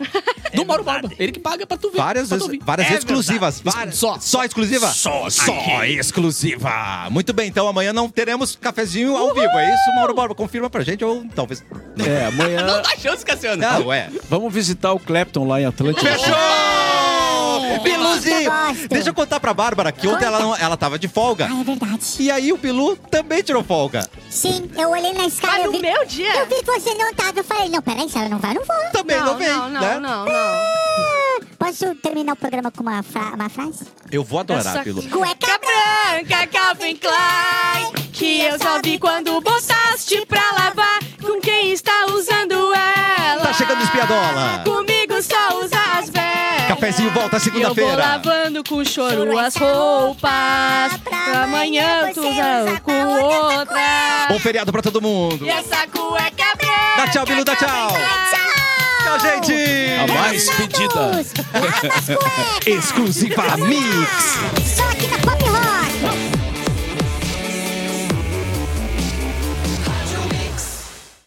Do Mauro Borba. Ele que paga pra tu ver. Várias, pra tu ouvir. várias É exclusivas. verdade. Várias. Só. Só exclusiva? Só, só exclusiva. Muito bem, então amanhã não teremos cafezinho ao vivo. É isso, Mauro Borba? Confirma pra gente ou talvez. É, amanhã Não dá chance, Cassiano. Não, é. vamos visitar o Clapton lá em Atlântico. Fechou! Biluzi! Deixa eu contar pra Bárbara que ontem ela, não- ela tava de folga. Ah, é verdade. E aí o Bilu também tirou folga. Sim, eu olhei na escala. Mas Eu no vi, meu dia? Tá. eu vi que você não tava. Eu falei, não, peraí, se ela não vai, eu não vou. é Também não, não, vem, não, não, né? não, não. Posso terminar o programa com uma, fra- uma frase? Eu vou adorar, Essa- Bilu. Cueca Cueca branca, Calvin Klein, que eu só vi quando botaste pra lavar com quem está usando ela. Tá chegando o espiadola. Comigo só usa as velhas. Cafezinho volta segunda-feira. Eu vou lavando com choro Choro as essa roupas, roupa, pra amanhã tu você usa usa com pra outra outra. Bom feriado pra todo mundo. E essa cueca branca. Dá tchau, Bilu, dá Calvin tchau. Klein. Tchau, gente! A mais pedida. Lava as cuecas. Exclusiva Mix. Só aqui na Pop